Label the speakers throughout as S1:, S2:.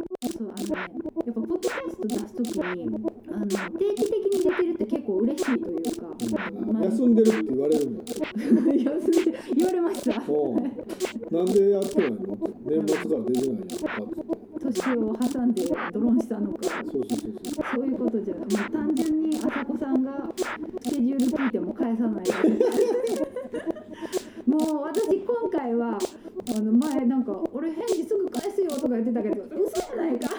S1: でやっぱポッドキャスト出すときにあの定期的に出てるって結構嬉しいというか、まあ
S2: 休んでるって言われるんだって。
S1: 休んで言われました
S2: うんなんでやってないのって年末から出てないやんかって。
S1: 年を挟んでドローンしたのか
S2: そうそうそうそう。
S1: そういうことじゃなくまあ、単純にあさこさんがスケジュール聞いても返さない もう私今回はあの前なんか「俺返事すぐ返すよ」とか言ってたけど嘘じゃないか
S2: こ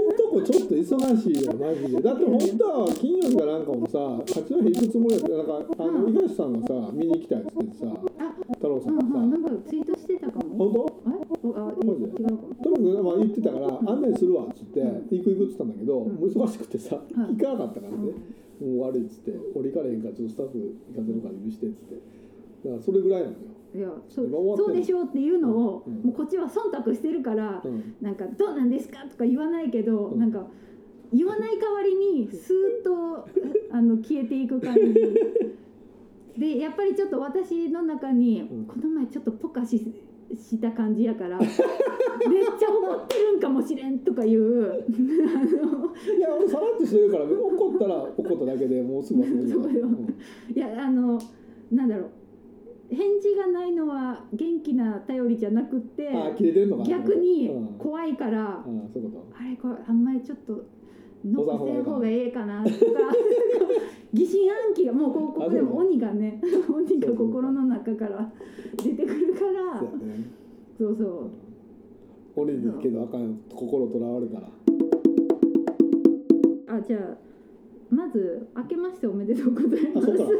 S2: こんとこちょっと忙しいよマジでだって本当は金曜日かなんかもさ八戸行くつもりやったなんかあの東さんがさ見に行きたいっつってさ
S1: あ
S2: 太郎さ
S1: うんん
S2: が
S1: うんなん
S2: さ
S1: かツイートしてたかも
S2: 本当
S1: えあ違うかも
S2: とにかくまあ言ってたから案内するわっつって行く行くっつったんだけど
S1: うん
S2: もう忙しくてさ
S1: い
S2: 行かなかったからねもう悪いっつって俺行かれへんからちょっとスタッフ行かせるから許してっつってだからそれぐらいなのよ
S1: いやそ
S2: 今終わ
S1: う
S2: ってる
S1: そうでしょうっていうのを、
S2: うん
S1: もうこっちは忖度してるから、
S2: うん
S1: なんか「どうなんですか?」とか言わないけど、
S2: うん
S1: なんか言わない代わりにスーッ とあの消えていく感じでやっぱりちょっと私の中に、
S2: うん
S1: この前ちょっとポカしした感じやからめっちゃ怒ってるんかもしれんとかいう
S2: いや俺さらっとしてるから怒ったら怒っただけでもうすぐ忘れるから
S1: そうよ
S2: うん
S1: いやあのなんだろう返事がないのは元気な頼りじゃなくって
S2: あ切れてんのかな
S1: 逆に
S2: うん
S1: 怖いから。
S2: うんそういうこと
S1: あれこれあんまりちょっと残せる方がええかな とか疑心暗鬼がもうこうここでも
S2: あそう
S1: 鬼がね鬼が心の中から出てくるから
S2: そうやね
S1: そうそう
S2: 俺にけどあかんよ心とらわれたら
S1: あじゃあまず明けましておめでとうござい
S2: あ
S1: ます
S2: そっか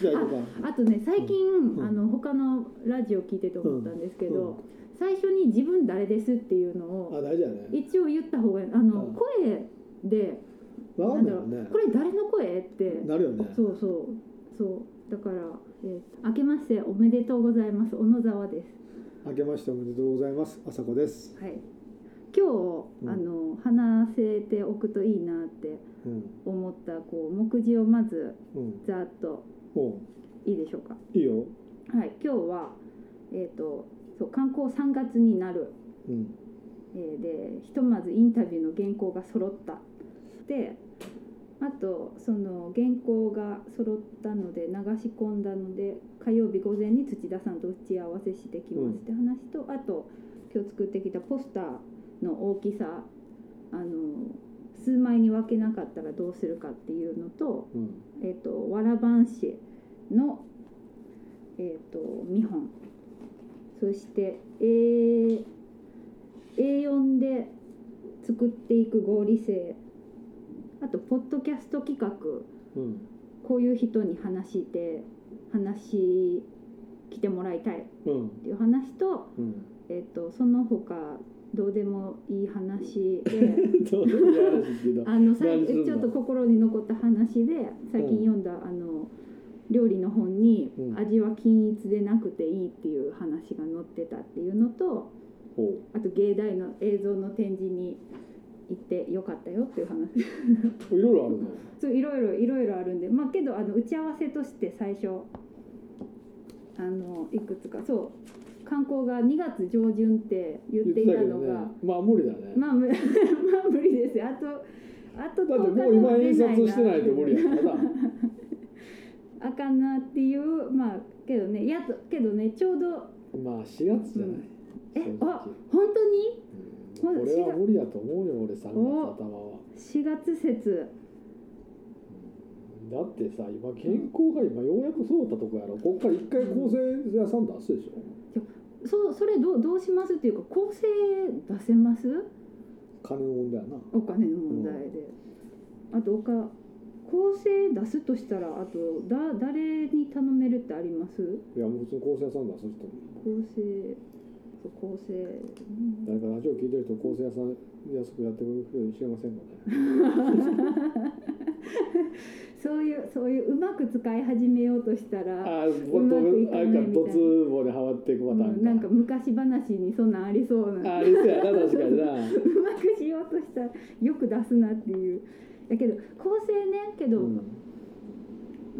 S2: じゃあ行こうか
S1: あとね最近、
S2: ん
S1: あの他のラジオ聞いてて思ったんですけど、最初に自分誰ですっていうのを
S2: あ大事やね
S1: 一応言った方がいいあの、
S2: うん
S1: 声で
S2: わか
S1: なんんだ
S2: ない
S1: ろ
S2: も
S1: うん
S2: ね
S1: これ誰の声って
S2: なるよね
S1: そうそうそうだから、えー明けましておめでとうございます小野沢です。
S2: 明けましておめでとうございますあさこです
S1: はい。今日、
S2: うん
S1: あの話せておくといいなって
S2: うん
S1: 思ったこう目次をまず
S2: うん
S1: ざーっと
S2: おう
S1: いいでしょうか。
S2: いいよ
S1: はい。今日はえっ、とそう観光3月になる、
S2: うん
S1: えーでひとまずインタビューの原稿が揃ったで。あとその原稿が揃ったので流し込んだので火曜日午前に土田さんと打ち合わせしてきますって話と、あと今日作ってきたポスターの大きさあの数枚に分けなかったらどうするかっていうのと,、
S2: うん
S1: えっとわらばんしの、えっと見本そして A A4 で作っていく合理性あとポッドキャスト企画
S2: うん
S1: こういう人に話して話来てもらいたいっ
S2: うん
S1: ていう話と,、
S2: うん
S1: えっとその他どうでもいい話で
S2: どういう話っていうの
S1: あの最
S2: 何するの
S1: ちょっと心に残った話で最近読んだ、あの料理の本に
S2: うん
S1: 味は均一でなくていいっていう話が載ってたっていうのと
S2: おう
S1: あと芸大の映像の展示に行ってよかったよっていう話
S2: いろいろあるね
S1: そういろいろいろいろあるんでまあけどあの打ち合わせとして最初あのいくつかそう観光が2月上旬って言っていたのが、
S2: まあ無理だね
S1: まあむ まあ無理ですよあとあと
S2: だって
S1: 10日
S2: もう今印
S1: では
S2: 刷して
S1: 出
S2: ないと無理やからな
S1: あかんなっていうまあけどねやっとけどねちょうど
S2: まあ4月じゃな
S1: う
S2: い
S1: んえ
S2: 正直
S1: あ本当に
S2: う
S1: ほん
S2: んこれは無理やと思うよ俺3月
S1: お
S2: 頭は
S1: 4月説
S2: だってさ今健康が今ようやくそうだったとこやろこっから一回構成屋さん出すでしょ
S1: そうそれどうどうしますっていうか構成出せます
S2: 金の問題やな
S1: お金の問題で、あとおか構成出すとしたらあとだ誰に頼めるってあります
S2: いやもう普通に構成屋さん出す人
S1: 構成そう構成うん
S2: 誰かラジオ聞いてる人構成屋さん安くやってくれる人知れませんかね
S1: そういうそういううまく使い始めようとしたら
S2: ああ
S1: うまくいかないみたいな
S2: ドツボでハマっていく
S1: う
S2: パターン
S1: んなんか昔話にそんなんありそうなう
S2: ああれそうやな確かにな
S1: まくしようとしたらよく出すなっていうだけど構成ねけど、
S2: うん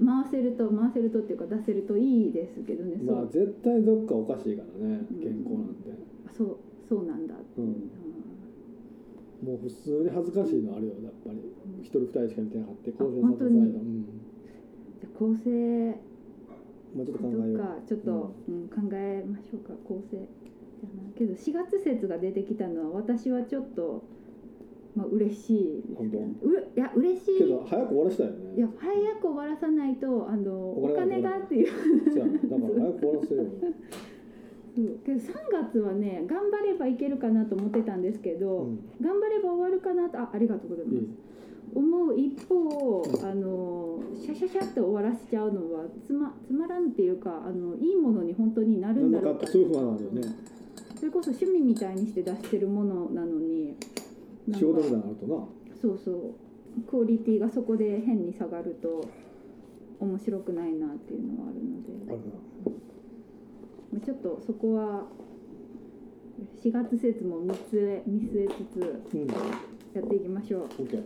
S1: 回せると回せるとっていうか出せるといいですけどねそう,、
S2: まあ絶対どっかおかしいからね健康なんて
S1: そうそうなんだ
S2: うん
S1: うん
S2: もう普通に恥ずかしいのあるよやっぱり一人二人しか見てなかった高専
S1: 本
S2: さ
S1: 当
S2: ん
S1: に
S2: の際のうん
S1: じゃあ構成
S2: まあちょっと
S1: ど
S2: 考
S1: う
S2: えよ
S1: かちょっと、うん考えましょうか構成だなけど4月説が出てきたのは私はちょっとまあ嬉しいですけど
S2: 本
S1: ういや嬉し
S2: う
S1: い
S2: けど早く終わらせたよね
S1: いや早く終わらさないとあのお
S2: お
S1: 金
S2: 金
S1: が
S2: が
S1: っていう
S2: じゃあだから早く終わらせようよ
S1: うんけど3月はね頑張ればいけるかなと思ってたんですけど、
S2: うん
S1: 頑張れば終わるかなとあありがとうございます、
S2: うん
S1: 思う一方あのシャシャシャって終わらせちゃうのはつまつまらんっていうかあのいいものに本当になるんだ
S2: なんだ
S1: ろう
S2: かっ
S1: か
S2: てそういう不安あるよね
S1: それこそ趣味みたいにして出してるものなのになん
S2: 仕事みたい
S1: か
S2: なのあるとな
S1: そうそうクオリティがそこで変に下がると面白くないなっていうのはあるので。
S2: あるな
S1: まあちょっとそこは4月節も見据え見据えつつ
S2: うん
S1: やっていきましょう
S2: OK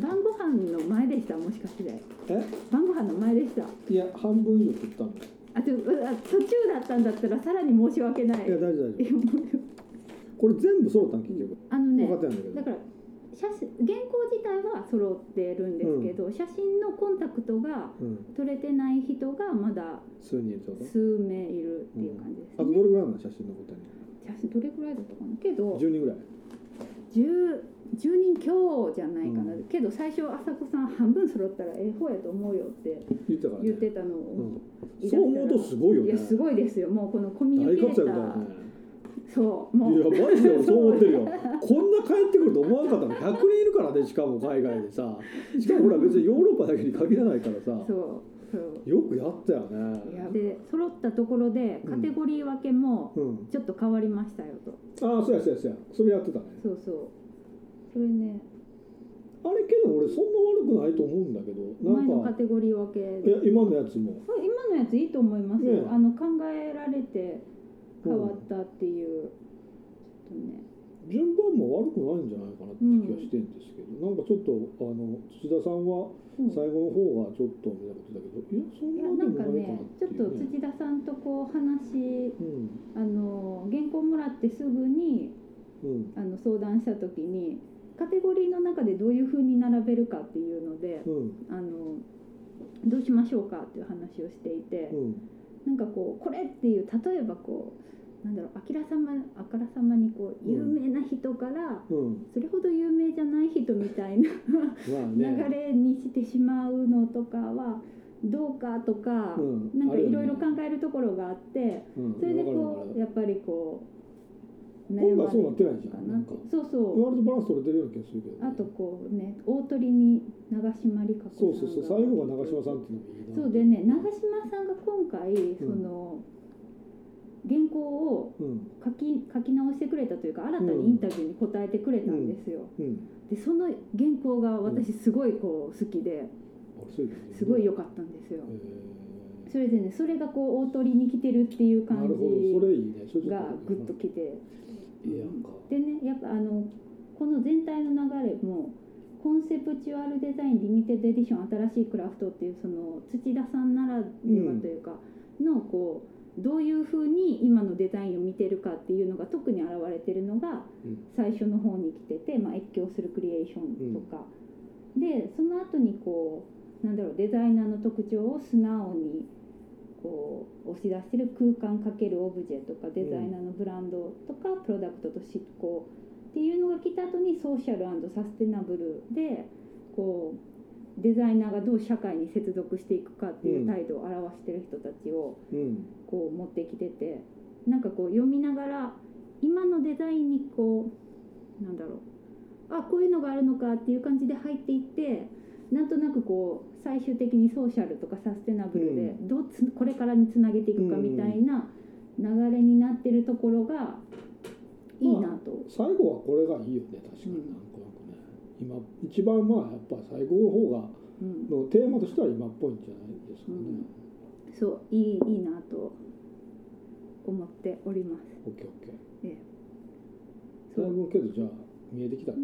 S1: 晩ご飯の前でしたもしかして
S2: え
S1: 晩ご飯の前でした
S2: いや半分以上食ったの
S1: あちょあ途中だったんだったらさらに申し訳ない
S2: いや大丈夫大
S1: い
S2: 丈
S1: やもう
S2: 夫これ全部揃ったん結局
S1: あのね
S2: 分かってないんだけ
S1: だか
S2: ど
S1: ら写真原稿自体は揃ってるんですけど、写真のコンタクトが
S2: うん
S1: 取れてない人がまだ
S2: 数人いるってこと
S1: 数名いるっていう感じです
S2: あとど
S1: ね、
S2: れぐらいなの写真残ってる
S1: 写真どれぐらいだったかなけど
S2: の10人ぐらい
S1: 10, 10人強じゃないかな、
S2: うん
S1: けど最初朝子さん半分揃ったらええ方やと思うよって
S2: 言ってたからね
S1: 言ってたの
S2: う
S1: を、
S2: んそう思うとすごいよ
S1: い
S2: ね
S1: やすごいですよもうこのコミュ
S2: 大
S1: ニケー
S2: 活
S1: ター、
S2: 躍だよね
S1: そうもう
S2: いやマジで俺そう思ってるよこんな帰ってくると思わなかったの100人いるからねしかも海外でさしかもほら別にヨーロッパだけに限らないからさ
S1: そうそう
S2: よくやったよ
S1: いや
S2: ね
S1: で揃ったところでカテゴリー分けも
S2: うん
S1: ちょっと変わりましたよと、
S2: ああそうやそうやそうやそれやってたね
S1: そうそうそれね
S2: あれけど俺そんな悪くないと思うんだけどな
S1: 前の
S2: ん
S1: カ
S2: か
S1: テゴリー分け
S2: いや今のやつも
S1: そう今のやついいと思いますよ、
S2: ね
S1: あの考えられて変わったっていう、ちょっとね
S2: 順番も悪くないんじゃないかなって気がしてんですけど、なんかちょっとあの土田さんは
S1: うん
S2: 最後の方がちょっとみたいなことだけどいやそん
S1: いや
S2: な
S1: な
S2: で
S1: んか
S2: もないか
S1: ね
S2: なって
S1: ちょ
S2: い
S1: っと
S2: う、ね、
S1: 土田さんとこう話
S2: うん
S1: あの原稿もらってすぐに
S2: うん
S1: あの相談した時にカテゴリーの中でどういうふうに並べるかっていうので
S2: うん
S1: あのどうしましょうかっていう話をしていて
S2: うん
S1: なんかこうこれっていう例えばこうなんだろうあきらさまあからさまにこう有名な人から
S2: うん
S1: それほど有名じゃない人みたいな
S2: まあ
S1: 流
S2: ね
S1: れにしてしまうのとかはどうかとか。
S2: うん
S1: なんかいろいろ考
S2: あるよね
S1: えるところがあって、
S2: うん
S1: それで
S2: わ
S1: こ
S2: かるわ
S1: う
S2: かる
S1: やっぱりこう
S2: 今度はそうなって
S1: る
S2: ないじゃんなんか
S1: そうそ
S2: ワ
S1: う
S2: ールドバランス取れてるような気がするけどね、
S1: あとこうね大鳥に長島理香子さん
S2: そう
S1: が
S2: そうそう最後が長嶋さんっていうのもいいな
S1: そうでね長島さんが今回その、原稿を
S2: うん
S1: 書き書き直してくれたというか新たにインタビューに答えてくれたんですよ、
S2: うん
S1: でその原稿が私すごいこう好きで
S2: あそううの
S1: すごい良かったんですよ
S2: え、ー
S1: それでねそれがこう大鳥に来てるっていう
S2: な
S1: 感
S2: る
S1: じ
S2: ほどそれいいねそれちょっ
S1: がグッときて
S2: いいやんか
S1: でねやっぱあのこの全体の流れもコンセプチュアルデザインリミテッドエディション新しいクラフトっていうその土田さんならではというか、のこうどういうふうに今のデザインを見てるかっていうのが特に現れてるのが
S2: うん
S1: 最初の方に来てて、まあ、越境するクリエーションとか、でその後にこうなんだろうデザイナーの特徴を素直にこう押し出してる空間×オブジェとかデザイナーのブランドとかプロダクトと執行っていうのが来た後にソーシャルサステナブルでこうデザイナーがどう社会に接続していくかっていう態度を表してる人たちを
S2: うん
S1: こう持ってきててなんかこう読みながら今のデザインにこうなんだろうあこういうのがあるのかっていう感じで入っていってなんとなくこう最終的にソーシャルとかサステナブルで
S2: う
S1: どうつ、これからにつなげていくかみたいな流れになってるところがいいなと。
S2: 最後はこれがいいよね確かに
S1: うん
S2: なんとなくね今一番まあやっぱ最後の方が
S1: うん
S2: のテーマとしては今っぽいんじゃないですかね、
S1: うんそういいいいなと思っております。
S2: オッケーオッケー
S1: そ
S2: だいうぶけどじゃあ見えてきたね、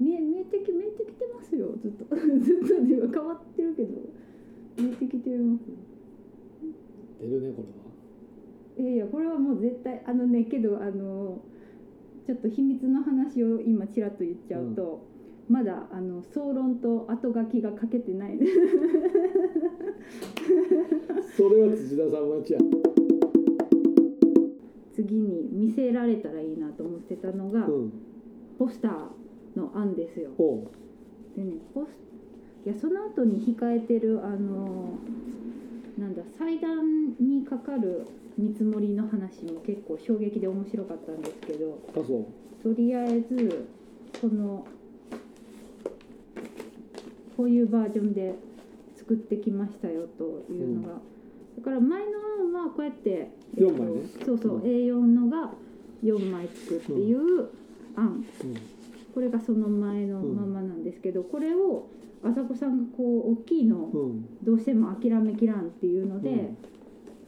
S1: 見え見えてき見えてきてますよずっと ずっとでは変わってるけど見えてきてます。
S2: 出るねこれは。
S1: いやいやこれはもう絶対あのねけどあのちょっと秘密の話を今ちらっと言っちゃうと、まだあの総論と後書きが書けてない です
S2: それは辻田さん待ちや
S1: 次に見せられたらいいなと思ってたのが、
S2: うん
S1: ポスターの案ですよ
S2: おう
S1: でねポスいやその後に控えてるあのなんだ祭壇にかかる見積もりの話も結構衝撃で面白かったんですけど
S2: あそう
S1: とりあえずこのこういうバージョンで作ってきましたよというのが、だから前の案はこうやってえっと
S2: 4枚ね
S1: そうそう、
S2: うん
S1: A4 のが4枚つくっていう案、
S2: うん
S1: これがその前のままなんですけど、これをあさこさんがこう大きいの
S2: う
S1: を
S2: ん
S1: どうしても諦めきらんっていうので、
S2: うん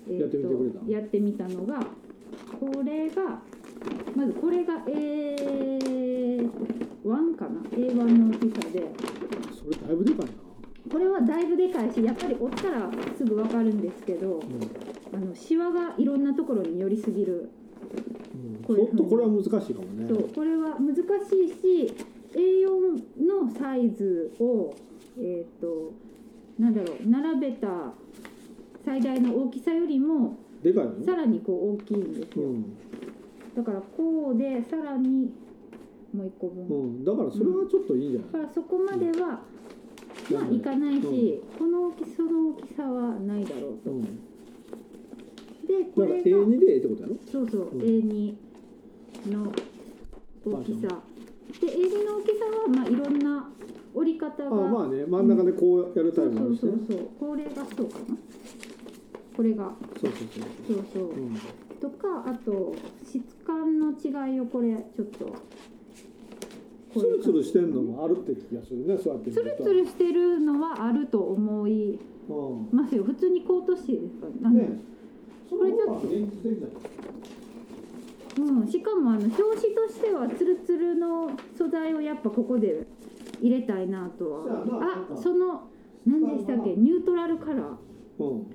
S1: えー
S2: やってみてくれたの
S1: やってみたのがこれがまずこれが A1 かな A1 の大きさで
S2: それだいぶでかいな
S1: これはだいぶでかいしやっぱり折ったらすぐ分かるんですけど
S2: うん
S1: あのシワがいろんなところに寄りすぎる
S2: うん
S1: こう
S2: ち
S1: い
S2: ょ
S1: うふう
S2: っ
S1: に
S2: とこれは難しいかもね
S1: そうこれは難しいし A4 のサイズをえっ、となんだろう並べた最大の大きさよりも
S2: でかいの
S1: さらにこう大きいんです
S2: う
S1: よ、
S2: ん
S1: だからこうでさらにもう一個分、
S2: うんだからそれはちょっといいんじゃ
S1: だ
S2: ない
S1: からそこまでは、
S2: うん
S1: まあいかないし、この大きさの大きさはないだろうと、
S2: うん
S1: でこ
S2: だから
S1: れ
S2: A2
S1: が
S2: で A ってことやろ
S1: そうそう、
S2: うん
S1: A2 の大きさで A2 の大きさはまあいろんな折り方が
S2: あまあね真ん中でこうやるタ
S1: そ
S2: イ
S1: う
S2: プ
S1: そ
S2: もあ
S1: う
S2: るし
S1: そ
S2: ね
S1: うそうこれがそうかなこれが
S2: そうそうそう
S1: そうそう、
S2: うん
S1: とかあと質感の違いをこれちょっと
S2: ツルツルしてんのもあるって気がするねそうやって見
S1: ツ
S2: る
S1: ル
S2: と
S1: ツルしてるのはあると思い
S2: うん
S1: ますよ普通にコート紙ですからあの
S2: ね
S1: これちょっと
S2: 現実的だよ
S1: うん、しかもあの表紙としてはツルツルの素材をやっぱここで入れたいなとは
S2: そうやななん
S1: あ
S2: か
S1: その何でしたっけニュートラルカラー
S2: うん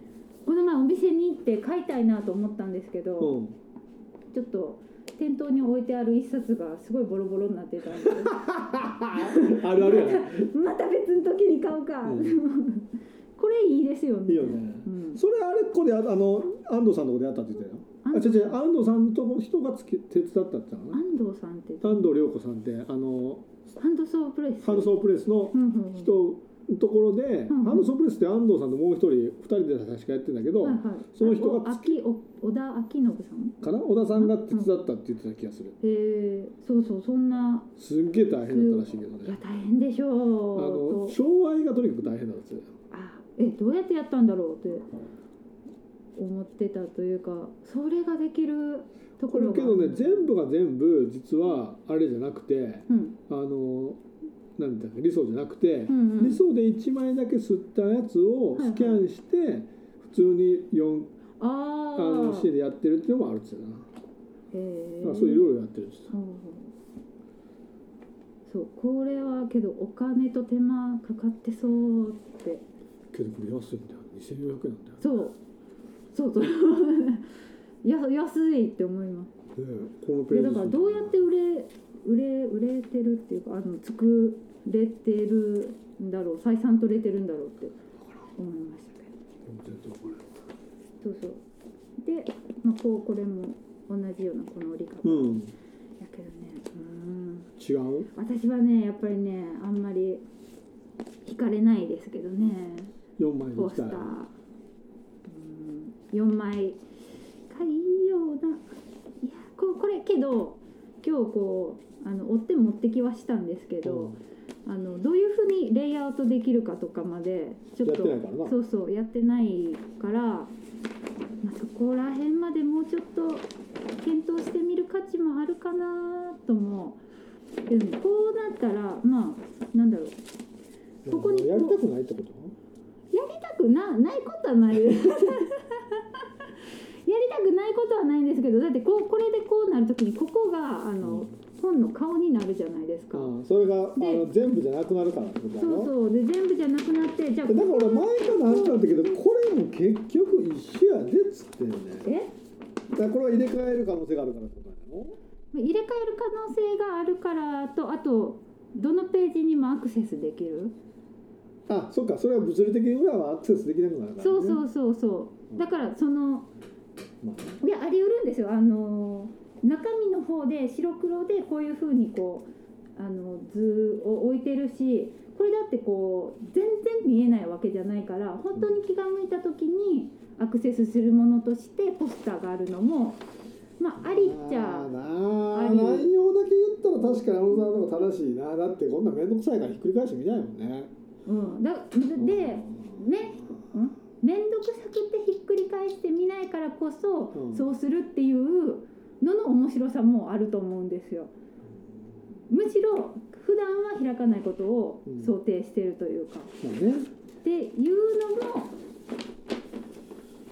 S1: この前お店に行って買いたいなと思ったんですけど、
S2: うん
S1: ちょっと店頭に置いてある一冊がすごいボロボロになってたんで
S2: あるあるやね
S1: また別の時に買うか、
S2: う
S1: これいいですよ
S2: い
S1: ね
S2: いよね
S1: うん、
S2: それあれっこでああの安藤さんのとこでやったって言ってたよあ違う違う安藤さんのとこの人がつけ手伝ったって言ったのね
S1: 安藤さんって
S2: 安藤涼子さんってあの
S1: ハンドソープレス
S2: ハンドソープレスの
S1: うんうんうん
S2: 人のところで、
S1: ん
S2: ハンドソープレスって安藤さんともう一人二人で確かやってんだけど、
S1: はいはい、
S2: その人が
S1: あと秋お小田昭信さん
S2: かな小田さんが手伝ったって言ってた気がする
S1: えー、そうそうそんな
S2: すっげえ大変だったらしいけど
S1: いや
S2: ね
S1: 大変でしょ
S2: あ
S1: う
S2: の
S1: と
S2: 障害がとにかく大変なんですよ
S1: あえどうやってやったんだろうって思ってたというかそれができるとこ
S2: これ
S1: ろが
S2: けどね全部が全部実はあれじゃなくて
S1: うん
S2: あのなんだっけ理想じゃなくて、
S1: うんうん
S2: 理想で1枚だけ吸ったやつをスキャンして、普通に4
S1: あ
S2: あ
S1: あ
S2: の C でやってるっていうのもあるっつうな、
S1: へえ
S2: まあそういろいろやってるっつう
S1: そうそうこれはけどお金と手間かかってそうって
S2: けどこれ安いんだよ2400円なんだよ
S1: そうそうそう や安いって思います
S2: でこのペ
S1: で
S2: ージ
S1: だからどうやって売れ売れ売れてるっていうかあの作れてるんだろう採算取れてるんだろうって思いましたけどそうそうで、まあ、こうこれも同じようなこの折り方、
S2: うん
S1: やけどねうん
S2: 違う
S1: 私はねやっぱりねあんまり惹かれないですけどね
S2: 4枚
S1: ポ
S2: にし
S1: スタ
S2: た
S1: ー
S2: ら
S1: うん4枚がいいようないやここれけど今日こうあの追って持ってきはしたんですけど、あのどういうふうにレイアウトできるかとかまでちょっと
S2: やってないからな
S1: そうそうやってないから、まあ、そこら辺までもうちょっと検討してみる価値もあるかなともでもこうなったらまあなんだろう
S2: うん
S1: ここに
S2: やりたくないってこと
S1: やりたくなないことはない やりたくないことはないんですけどだってこうこれでこうなるときにここがあの、
S2: うん
S1: 本の顔になるじゃないですか。
S2: うんそれがあ
S1: で
S2: の全部じゃなくなるからってことだ
S1: そう
S2: ろ
S1: そうで全部じゃなくなってじゃあ
S2: だから俺前から話したんだけどこれも結局一緒やでっつってんね
S1: え
S2: だからこれは入れ替える可能性があるからってことなの
S1: 入れ替える可能性があるからとあとどのページにもアクセスできる、
S2: あそっかそれは物理的に裏はアクセスできなくなるから、ね、、
S1: そうそううそうそうだからその
S2: まあ、
S1: いやあり得るんですよあの中身の方で白黒でこういうふうにこうあの図を置いてるしこれだってこう全然見えないわけじゃないから本当に気が向いた時にアクセスするものとしてポスターがあるのもまあありっちゃ
S2: あー
S1: あ
S2: な
S1: り
S2: ー内容だけ言ったら確かに青野さんの方が正しいなだってこんな面倒くさいからひっくり返してみないもんね
S1: うん、だでねうん面倒くさくてひっくり返してみないからこそ、
S2: うん
S1: そうするっていうのの面白さもあると思うんですよ。むしろ普段は開かないことを
S2: うん
S1: 想定しているというか、
S2: まあね
S1: っていうのも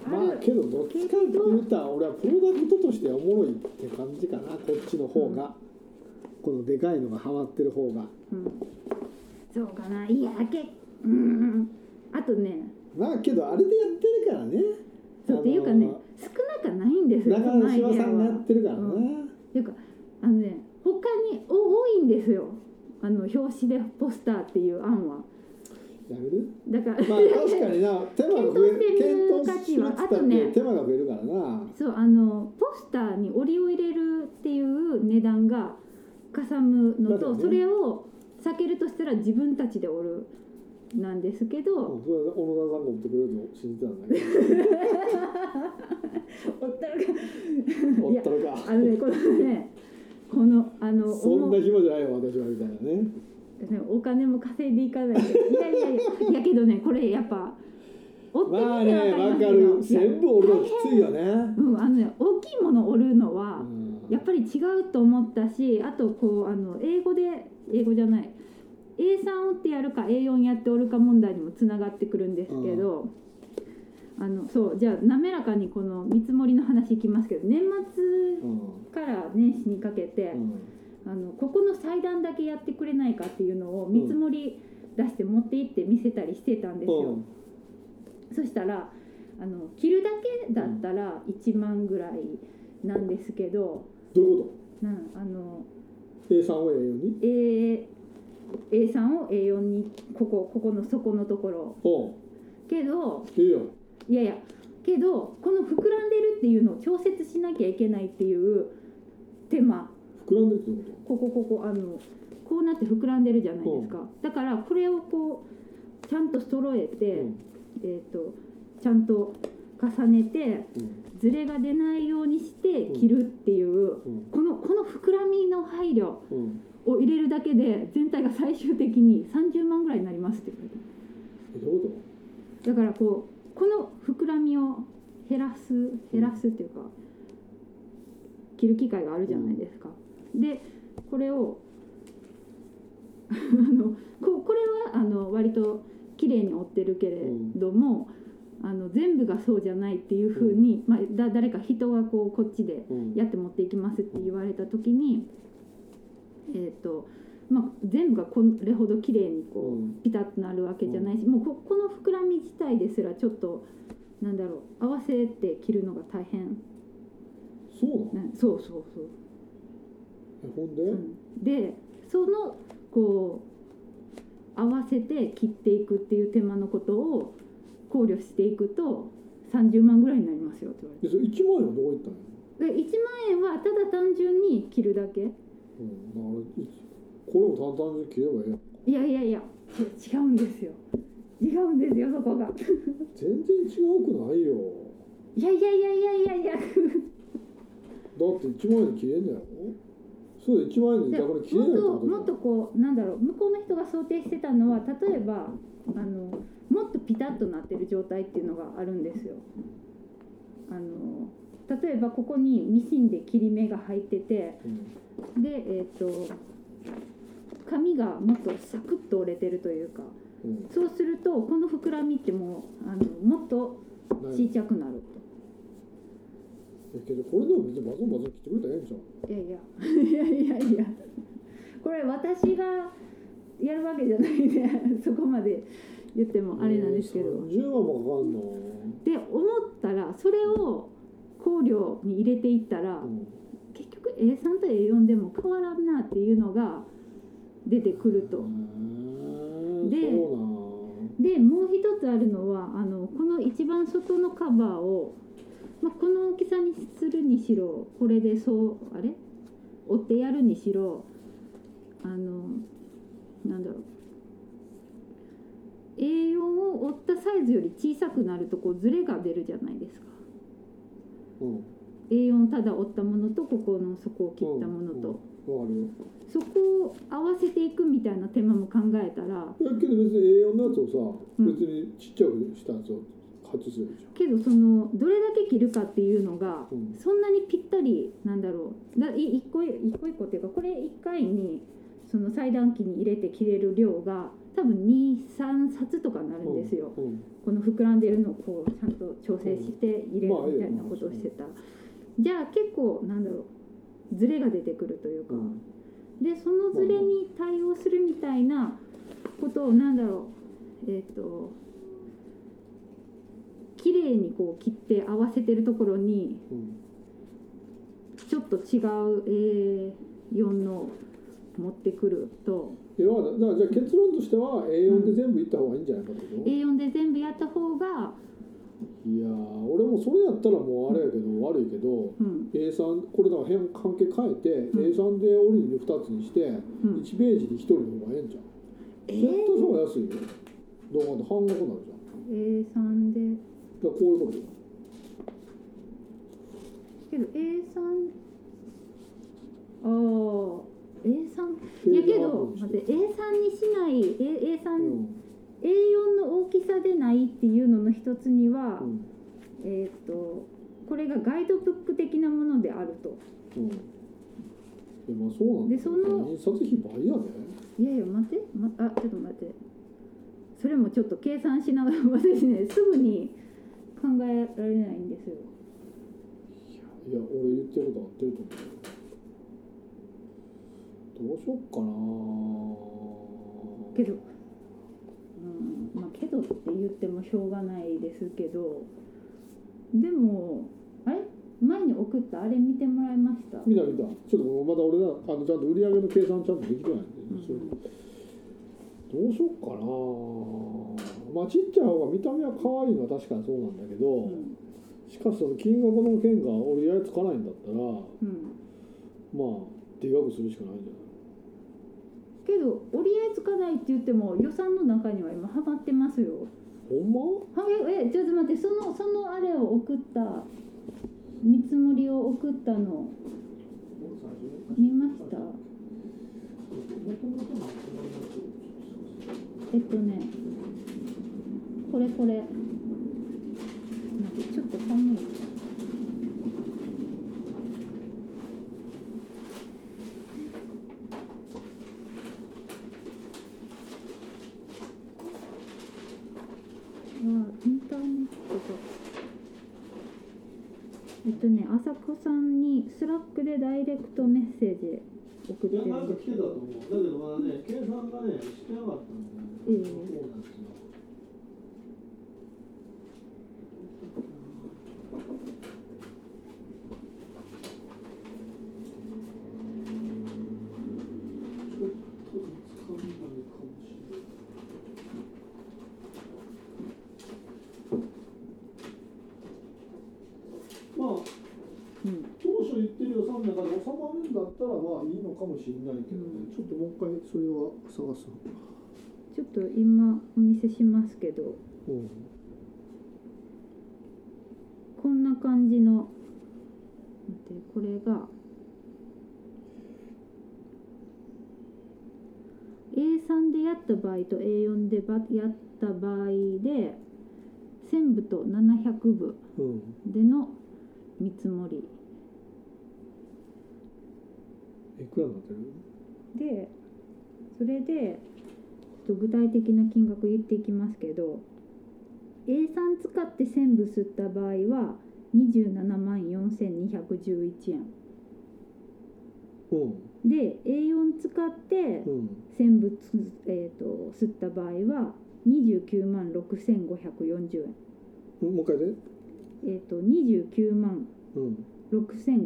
S1: ある、
S2: まあけどどっちかって言ったら俺はプロダクトとしてはおもろいって感じかなこっちの方が、このでかいのがハマってる方が
S1: うん、そうかないやけうんあとね
S2: まあけどあれでやってるからね
S1: そうっていうかね少なくないんですよ
S2: 中
S1: その
S2: 野
S1: アイデ
S2: 島さ
S1: ア
S2: んがや
S1: は
S2: ってるからね、
S1: うっていうかあのね他にお多いんですよあの表紙でポスターっていう案は
S2: やめる
S1: だから、
S2: まあ確かにな手間が増える
S1: 検
S2: 検
S1: 討
S2: 討
S1: して
S2: し
S1: みる
S2: な
S1: 価値は
S2: くた
S1: あ
S2: っ
S1: とね
S2: て手間が増えるからな
S1: そうあのポスターに折りを入れるっていう値段がかさむの
S2: だ
S1: と、
S2: よね
S1: それを避けるとしたら自分たちで折るなんですけ
S2: う
S1: ど、
S2: んそれは小野田さんが持ってくれると信じてたんだけ
S1: 折ったのか
S2: どおったのか
S1: あのねこのねこのあの
S2: そん
S1: 思
S2: な
S1: う
S2: 暇じゃないよ私はみたいなね
S1: ねお金も稼いでいかないといやいやいややけどねこれやっぱ折って
S2: まあ
S1: み
S2: ね
S1: てわかりま
S2: わ
S1: す
S2: か
S1: けど
S2: る
S1: いや
S2: 全部俺のきついよね、
S1: うん、あのね大きいものを折るのは
S2: うん
S1: やっぱり違うと思ったしあとこうあの英語で英語じゃない A3 折ってやるか A4 やって折るか問題にもつながってくるんですけど、あのそうじゃあ滑らかにこの見積もりの話いきますけど年
S2: う
S1: 末
S2: ん
S1: から年始にかけて、
S2: うん
S1: あのここの祭壇だけやってくれないかっていうのを見積もり出して持って行って見せたりしてたんですよ。
S2: うん
S1: そしたらあの着るだけだったら1万ぐらいなんですけど、
S2: どういうこ
S1: なんあの
S2: と A さんを A ように
S1: A A3 を A4 にここここの底のところ
S2: おう
S1: けど
S2: いいよ
S1: いやいやけどこの膨らんでるっていうのを調節しなきゃいけないっていう手間
S2: 膨らんでるってこ
S1: ここここあのこうなって膨らんでるじゃないですかだからこれをこうちゃんと揃え
S2: と、
S1: て、
S2: うん
S1: えー、とちゃんと重ねて
S2: うん
S1: ズレが出ないようにして着るっていう、
S2: うん
S1: このこの膨らみの配慮
S2: うん、
S1: を入れるだけで全体が最終的に30万ぐらいになりますって言われた
S2: えどういうこ
S1: だからこうこの膨らみを減らす減らすっていうか着る機会があるじゃないですか、でこれを あのここれはあの割と綺麗に折ってるけれども、あの全部がそうじゃないっていうふうに、まあ、だ誰か人がこうこっちで
S2: と、うん、
S1: やって持っていきますって言われた時に、えーとまあ、全部がこれほど綺麗に
S2: う
S1: こ
S2: ん
S1: うピタッとなるわけじゃないし、もうここの膨らみ自体ですらちょっとなんだろう合わせて着るのが大変、
S2: そうなの
S1: ね、そうそうそう。
S2: えほんで、
S1: うんでそのこう合わせて切っていくっていう手間のことを考慮していくと30万ぐらいになりますよって言われて。
S2: でそれ1万円はどこ行ったの
S1: で1万円はただ単純に切るだけ
S2: うん、だからいこれも単々に切ればいいやん
S1: いやいやいやち違うんですよ違うんですよそこが
S2: 全然違うくないよ
S1: いやいやいやいやいやいや
S2: だって1万円で切れんだよそうだ1万円でだから切れない
S1: も
S2: っ
S1: ってともっとこ
S2: こと
S1: うなんだろう向こうの人が想定してたのは例えばあのもっとピタッとなってる状態っていうのがあるんですよあの例えばここにミシンで切り目が入ってて
S2: うん
S1: でえっ、と紙がもっとサクッと折れてるというか
S2: うん
S1: そうするとこの膨らみってもうあのもっと
S2: ない
S1: ちっちゃくなる
S2: だけどこれでも別にバズンバズン切ってくれたらええんじゃん
S1: いやいや いやいやいやこれ私がやるわけじゃないんで そこまで言ってもあれなんですけど、
S2: えー30万もかかんの
S1: で思ったらそれを考慮に入れていったら、
S2: うん
S1: 結局 A3 と A4 でも変わらんなっていうのが出てくると。で
S2: そう
S1: でもう一つあるのはあのこの一番外のカバーを、まあ、この大きさにするにしろこれでそうあれ折ってやるにしろあのなんだろう A4 を折ったサイズより小さくなるとこうズレが出るじゃないですか。
S2: なん、
S1: A4 ただ折ったものとここの底を切ったものと、
S2: うん、わかるよ
S1: そこを合わせていくみたいな手間も考えたら
S2: いやけど別に A4 のやつをさ、
S1: うん
S2: 別にちっちゃくしたやつを外せるじ
S1: けどそのどれだけ切るかっていうのが
S2: ゃん、うん
S1: そんなにぴったりなんだろうだい一個一個一個っていうかこれ一回にその裁断機に入れて切れる量が多分23冊とかになるんですよ、
S2: うん
S1: この膨らんでるのをこうちゃんと調整して入れるみたいなことをしてた、じゃあ結構なんだろうズレが出てくるというか。
S2: うん
S1: でそのズレに対応するみたいなことをなんだろうえっ、と綺麗にこう切って合わせてるところに
S2: うん
S1: ちょっと違う A4 の持ってくると
S2: いやだからじゃあ結論としては A4 で全部いった方がいいんじゃないかってこと、
S1: A4 で全部やった方が、
S2: いやー俺もそれやったらもうあれやけど悪いけど
S1: うん、
S2: A3 これだから変関係変えて、
S1: ん
S2: A3 で折りに2つにして、
S1: うん、
S2: 1ページに1人の方がええんじゃん
S1: え
S2: 絶対そうが安いよ動画で半額になるじゃんだか
S1: A3 で
S2: らこういうことよ
S1: けど A3 ああ A3 いやけど
S2: ページ
S1: 待
S2: 半
S1: っ
S2: 分にして
S1: A3 にしない A- A3
S2: う
S1: に
S2: ん
S1: A4 の大きさでないっていうのの一つには、
S2: うん
S1: えーっ、とこれがガイドブック的なものであると
S2: うんでまあそうなんだ
S1: でその
S2: 印刷費倍やで、
S1: いやいや待って、ま、あちょっと待ってそれもちょっと計算しながら私ね すぐに考えられないんですよ
S2: いや俺言ってること合ってると思うどうしよっか
S1: け
S2: な
S1: どうんまあけどって言ってもしょうがないですけどでもあれ前に送ったあれ見てもらいました
S2: 見た見たちょっとまだ俺らあのちゃんと売り上げの計算ちゃんとできてないんで、
S1: うん
S2: それどうしよっかなまあちっちゃい方が見た目は可愛いのは確かにそうなんだけど、
S1: うん
S2: しかしその金額の件が折り合いつかないんだったらま
S1: うん
S2: あでかくするしかないんじゃない
S1: けど折り合いつかないって言っても予算の中には今ハマってますよ
S2: ほんま
S1: はええちょっと待ってそのそのあれを送った見積もりを送ったの見ましたえっとねこれこれなんかちょっと寒いはインターネットがえっとね朝子さんにスラックでダイレクトメッセージ送っ
S3: い
S1: て
S3: や、
S1: る
S3: なん
S1: ん
S3: か
S1: で
S3: 来
S1: す
S3: て
S1: け
S3: たと
S1: ど
S3: 思う。だけど、まだね、計算がね、してなかった
S1: え
S3: んだよね。
S1: え
S3: そうなんですよ。ちょっとつかんないかもしれない。まあ。
S1: うん
S3: 当初言ってる予算の中で収まるんだったらまあいいのかもしれないけどね、ちょっともう一回それは探す
S1: ちょっと今お見せしますけど
S2: うん
S1: こんな感じの待ってこれが A3 でやった場合と A4 でばやった場合で1000部と700部
S2: うん
S1: での見積もり
S2: いくらになってる
S1: でそれでちょっと具体的な金額言っていきますけど A3 使って1000部吸った場合は27万4211円
S2: うん
S1: で A4 使って
S2: うん
S1: 1000部つ、えー、と吸った場合は29万6540円
S2: もう一回で
S1: えっ、と29万
S2: うん
S1: 6540円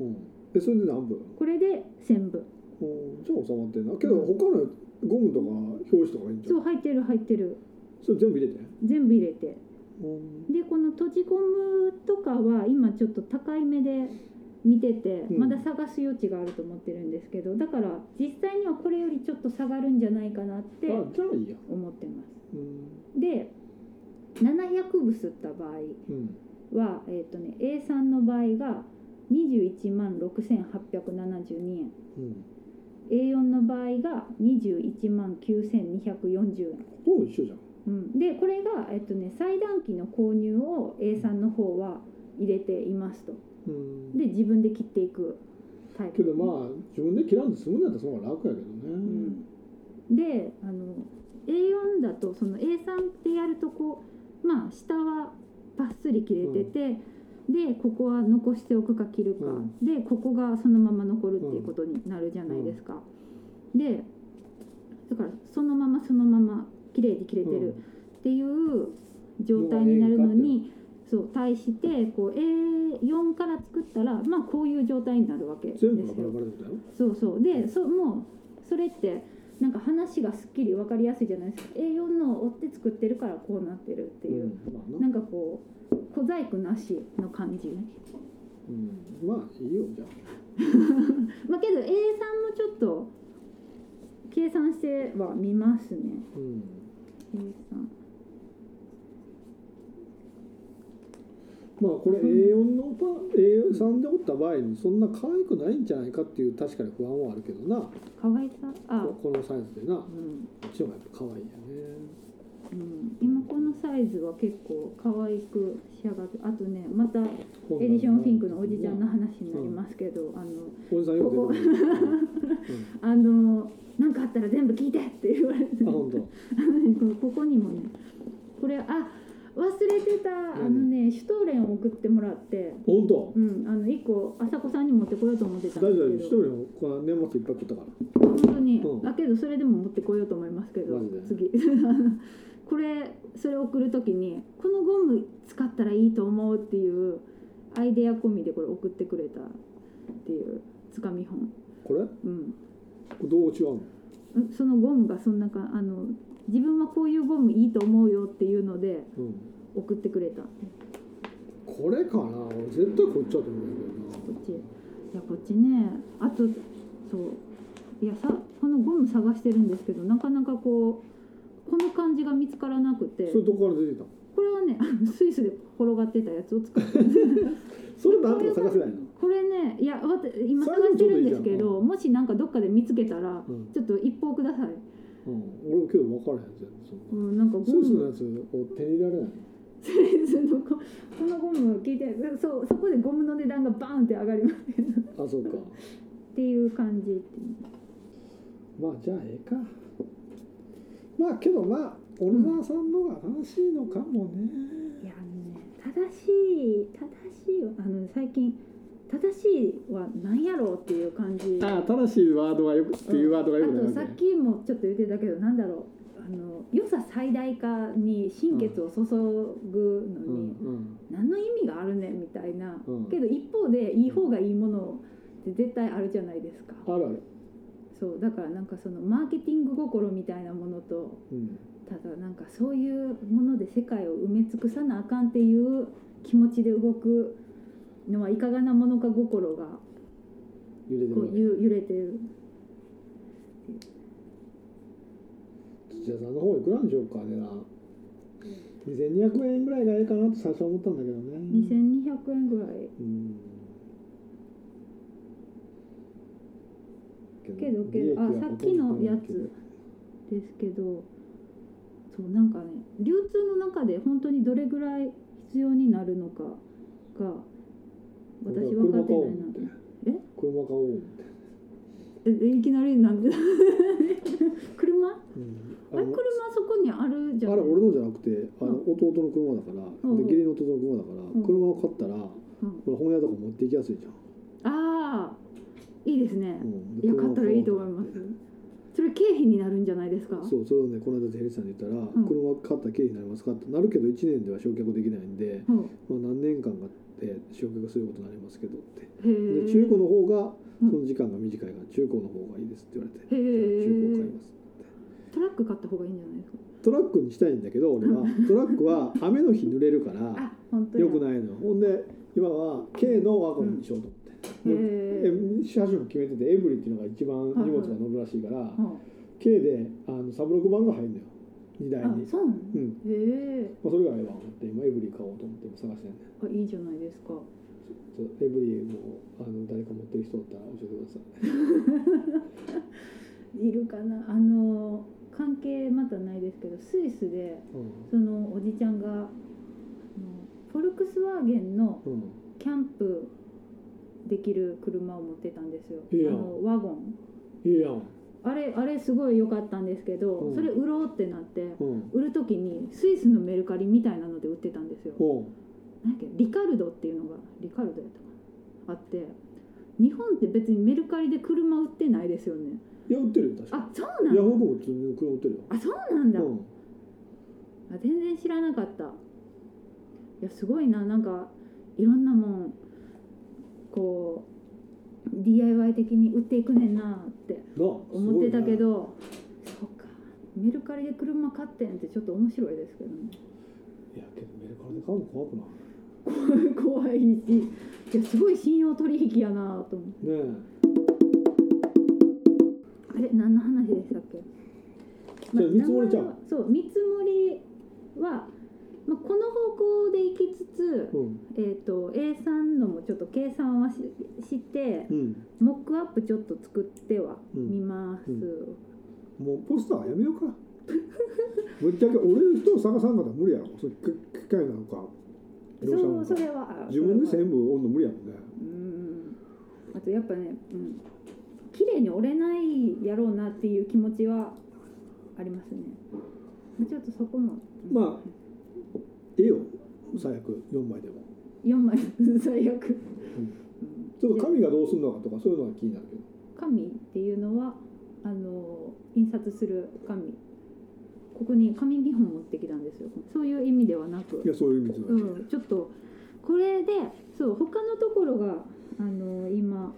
S2: うん、えそれで何分
S1: これで1000部
S2: うんじゃあ収まってんなけど他のゴムとか表紙とかいいんじゃ
S1: そ
S2: ん
S1: う入ってる入ってる
S2: それ全部入れて
S1: 全部入れて
S2: うん
S1: でこの閉じ込むとかは今ちょっと高い目で見てて
S2: うん
S1: まだ探す余地があると思ってるんですけどだから実際にはこれよりちょっと下がるんじゃないかなって
S2: あじゃあいいや
S1: 思ってます
S2: うん
S1: で700部吸った場合
S2: うん
S1: は、えーとね、A さんの場合が21万6872円
S2: うん、
S1: A4 の場合が21万9240円、
S2: ほぼ一緒じゃん
S1: うん、でこれが、えっとね、裁断機の購入を A さんの方は入れていますと
S2: うん
S1: で自分で切っていくタイプ
S2: けどまあ自分で切らんで済むんだったらその方が楽やけどね、
S1: うんであの A4 だとその A3 でやるとこうまあ下はバッスリ切れてて、でここは残しておくか切るか、
S2: うん
S1: でここがそのまま残るっていうことになるじゃないですか。でだからそのままそのまま綺麗に切れてるっていう状態になるのに。そう対してこう A4 から作ったらまあこういう状態になるわけですよ
S2: 全部がバラバラだよ
S1: そうそうでそもうそれってなんか話がすっきり分かりやすいじゃないですか A4 のを追って作ってるからこうなってるっていう、
S2: うんまあな
S1: なんかこう小細工なしの感じ
S2: うん、まあいいよじゃあ
S1: まあけど A さんもちょっと計算しては見ますね
S2: うん、
S1: A さん
S2: まあこれ A4 のパ A3 で折った場合にそんな可愛くないんじゃないかっていう確かに不安はあるけどな
S1: 可愛さあ
S2: このサイズでなこ
S1: うん、
S2: っちの方がやっぱ可愛いよね
S1: うん、今このサイズは結構可愛く仕上がってあとねまたエ
S2: 今度はね
S1: ディションフィンクのおじちゃんの話になりますけど、あの
S2: おじさんよく出てくるうん
S1: あのなんかあったら全部聞いてって言われて
S2: あ本当。
S1: ここにもねこれあ忘れてたあのねシュトーレンを送ってもらって
S2: 本当
S1: うんあの一個朝子さんに持ってこようと思ってたん
S2: 大丈夫
S1: で
S2: 一
S1: す
S2: 人
S1: けど
S2: のこの年末いっぱい食ったから
S1: 本当に、
S2: うん
S1: あけどそれでも持ってこようと思いますけど
S2: マジで
S1: 次 これそれ送る時にこのゴム使ったらいいと思うっていうアイデア込みでこれ送ってくれたっていうつかみ本
S2: これ
S1: うん
S2: どう違うの
S1: うんそのゴムがそんなかあの自分はこういうゴムいいと思うよっていうので
S2: うん
S1: 送ってくれたこ
S2: これかな俺絶対こっちだと思うんだけ
S1: っちいやこっちねあとそういやさこのゴム探してるんですけどなかなかこうこの感じが見つからなくて
S2: どなそれどこから出てきたの
S1: これはねあのスイスで転がってたやつを使 って
S2: それなんとか探せないの
S1: これねいやわた今
S2: サ
S1: 探
S2: イズ
S1: してるんです
S2: ちょう
S1: け
S2: どいいじゃん
S1: どもしなんかどっかで見つけたら
S2: うん
S1: ちょっと一報ください、
S2: うん俺今日分からへん全然そん
S1: う、
S2: なん
S1: なんかゴ
S2: スーツ
S1: ム
S2: のやつを手に入れられない
S1: とりあえずのここのゴムを聞いてそうそこでゴムの値段がバーンって上がりますけどっ
S2: あそうか
S1: ていう感じ
S2: まあじゃあええかまあけどまあ小野沢さんのが正しいのかもね、
S1: いやあのね正しい正しいはあの最近正しいは何やろうっていう感じ
S2: ああ正しいワードがよくっていうワードがよくない
S1: あ
S2: わ
S1: と
S2: け
S1: さっきもちょっと言ってたけどなんだろうあの良さ最大化に心血を注ぐの
S2: うん
S1: に
S2: うん
S1: 何の意味があるねみたいな、
S2: うん
S1: けど一方でいい方がいいものって絶対あるじゃないですか。
S2: あるある
S1: そうだからなんかそのマーケティング心みたいなものと
S2: うん
S1: ただなんかそういうもので世界を埋め尽くさなあかんっていう気持ちで動くのはいかがなものか心が
S2: 揺れて
S1: こ
S2: るわ
S1: う
S2: け
S1: ゆ揺れてる
S2: 土屋さんの方いくらんでしょうか値段2200円ぐらいがええかなと最初は思ったんだけどね
S1: 2200円ぐらい
S2: うん
S1: けどけどあ
S2: 利益は
S1: さ
S2: ほ
S1: っ
S2: と
S1: き
S2: んど
S1: の
S2: 出な
S1: や
S2: いけど
S1: つですけどそうなんかね流通の中で本当にどれぐらい必要になるのかが私分かってないなえ
S2: 車買おうって
S1: えいきなりなんで 車
S2: うん
S1: あれ車そこにあるじゃん
S2: あれ俺のじゃなくてあの
S1: う
S2: 弟の車だから、
S1: うん
S2: で義理の弟の車だから、
S1: ん
S2: 車を買ったらほ
S1: うん
S2: ら本屋とか持って行きやすいじゃん、
S1: ああいいですね
S2: う、ん
S1: いや買ったらいいと思いますそれ経費になるんじゃないですか
S2: そうそれをねこの間ゼリーさんに言ったら、
S1: ん
S2: 車買ったら経費になりますかってなるけど1年では焼却できないんで、
S1: うん
S2: まあ、何年間かで集客することになりますけどって
S4: へえ
S2: で中古の方が
S4: うん
S2: その時間が短いから中古の方がいいですって言われて、
S4: へー
S2: じゃあ中古を買いますって
S4: トラック買った方がいいんじゃないですか
S2: トラックにしたいんだけど俺はトラックは雨の日濡れるから
S4: あ本当
S2: 良くないのよほんで今は K のワゴンにしようと思って、
S4: へ
S2: え
S4: え
S2: 車種も決めててエブリっていうのが一番荷物が乗るらしいから、
S4: は
S2: K であのサブロック版が入るのよ荷台
S4: ああ
S2: に
S4: そうなの
S2: うん
S4: へえ
S2: まあ、それがええわ思って今エブリ買おうと思って今探してんねん
S4: あいいじゃないですか
S2: ちょっとエブリもあの誰か持ってる人おったら教えてください
S1: いるかなあの関係またないですけどスイスで
S2: うん
S1: そのおじちゃんがあのフォルクスワーゲンの
S2: うん
S1: キャンプできる車を持ってたんですよ
S2: いいや
S1: あ
S2: ん
S1: のワゴン
S2: いいやん
S1: あれあれすごい良かったんですけど、
S2: うん
S1: それ売ろうってなって
S2: うん
S1: 売る時にスイスのメルカリみたいなので売ってたんですよ
S2: おう
S1: なんだっけリカルドっていうのがリカルドやったかなあって日本って別にメルカリで車売ってないですよね
S2: いや売ってるよ確か
S1: あそうなん
S2: ヤ
S1: だ
S2: フオクも普通に車売ってるよ
S1: あそうなんだ、
S2: うん
S1: あ全然知らなかったいやすごいななんかいろんなもんこう DIY 的に売っていくねんなって
S2: なあ
S1: 思ってたけ
S2: すごいね
S1: ど、そうかメルカリで車買ってんってちょっと面白いですけどね
S2: いやけどメルカリで買うの怖くない
S1: 怖いしいやすごい信用取引やなと思って
S2: ね
S1: あれ何の話でしたっけ
S2: じゃあ見積もりちゃう
S1: 名前はそう見積もりは、まあ、この方向で行きつつ
S2: え、うん
S1: えー、と A さんのもちょっと計算はしして
S2: うん
S1: モックアップちょっと作っては
S2: うん
S1: みます、
S2: うもうポスターはやめようか
S3: ぶっちゃけ俺の人を探さんかったら無理やろそれ機機械なのか業者なの
S1: そうそ
S3: か
S1: れは
S3: 自分で
S1: それは
S3: 全部おんの無理やもんね
S1: うんあとやっぱね、うん、綺麗に折れないやろうなっていう気持ちはありますねちょっとそこも、うん
S2: まあええよ最悪4枚でも
S1: 4枚最悪、
S2: ちょっと紙がどうするのかとかそういうのが気になるけど
S1: 紙っていうのはあの印刷する紙ここに紙2本持ってきたんですよそういう意味ではなく
S2: いやそういう意味じゃない、
S1: うん、ちょっとこれでそう他のところがあの今、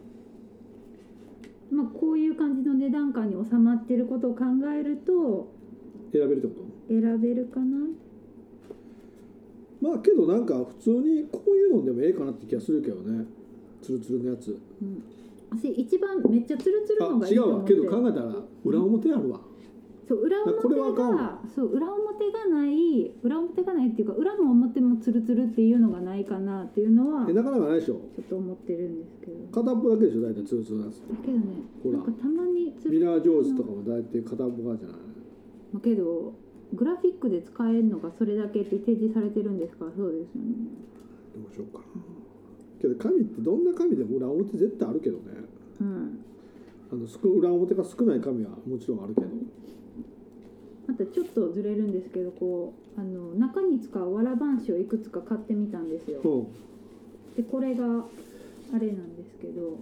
S1: まあ、こういう感じの値段感に収まってることを考えると
S2: 選べるってこと
S1: 選べるかな
S2: まあけどなんか普通にこういうのでもええかなって気がするけどねツルツルのやつ
S1: 私一番めっちゃツルツルの
S2: あ
S1: がいい
S2: 違
S1: と
S2: う
S1: 思
S2: わ
S1: っ
S2: け
S1: て
S2: ど考えたら裏表あるわ
S1: そう裏
S2: あこれはあ
S1: 表
S2: かん
S1: が
S2: わ
S1: そう裏表がない裏表がないっていうか裏も表もツルツルっていうのがないかなっていうのは
S2: え
S1: ち
S2: なかなかないでしょ
S1: ょっと思ってるんですけど
S2: 片っぽだけでしょ大体ツルツルのやつ
S1: だけどね
S2: ほら
S1: なんかたまにツ
S2: ミ
S1: ル
S2: ラージョーズとかも大体片っぽがじゃない
S1: だけどグラフィックで使えるのがそれだけって提示されてるんですからそうですよね
S2: どうしようかなけど紙ってどんな紙でも裏表絶対あるけどね
S1: うん
S2: あのすく裏表が少ない紙はもちろんあるけど
S1: またちょっとずれるんですけどこうあの中に使うわらばんしをいくつか買ってみたんですよ
S2: うん
S1: でこれがあれなんですけど、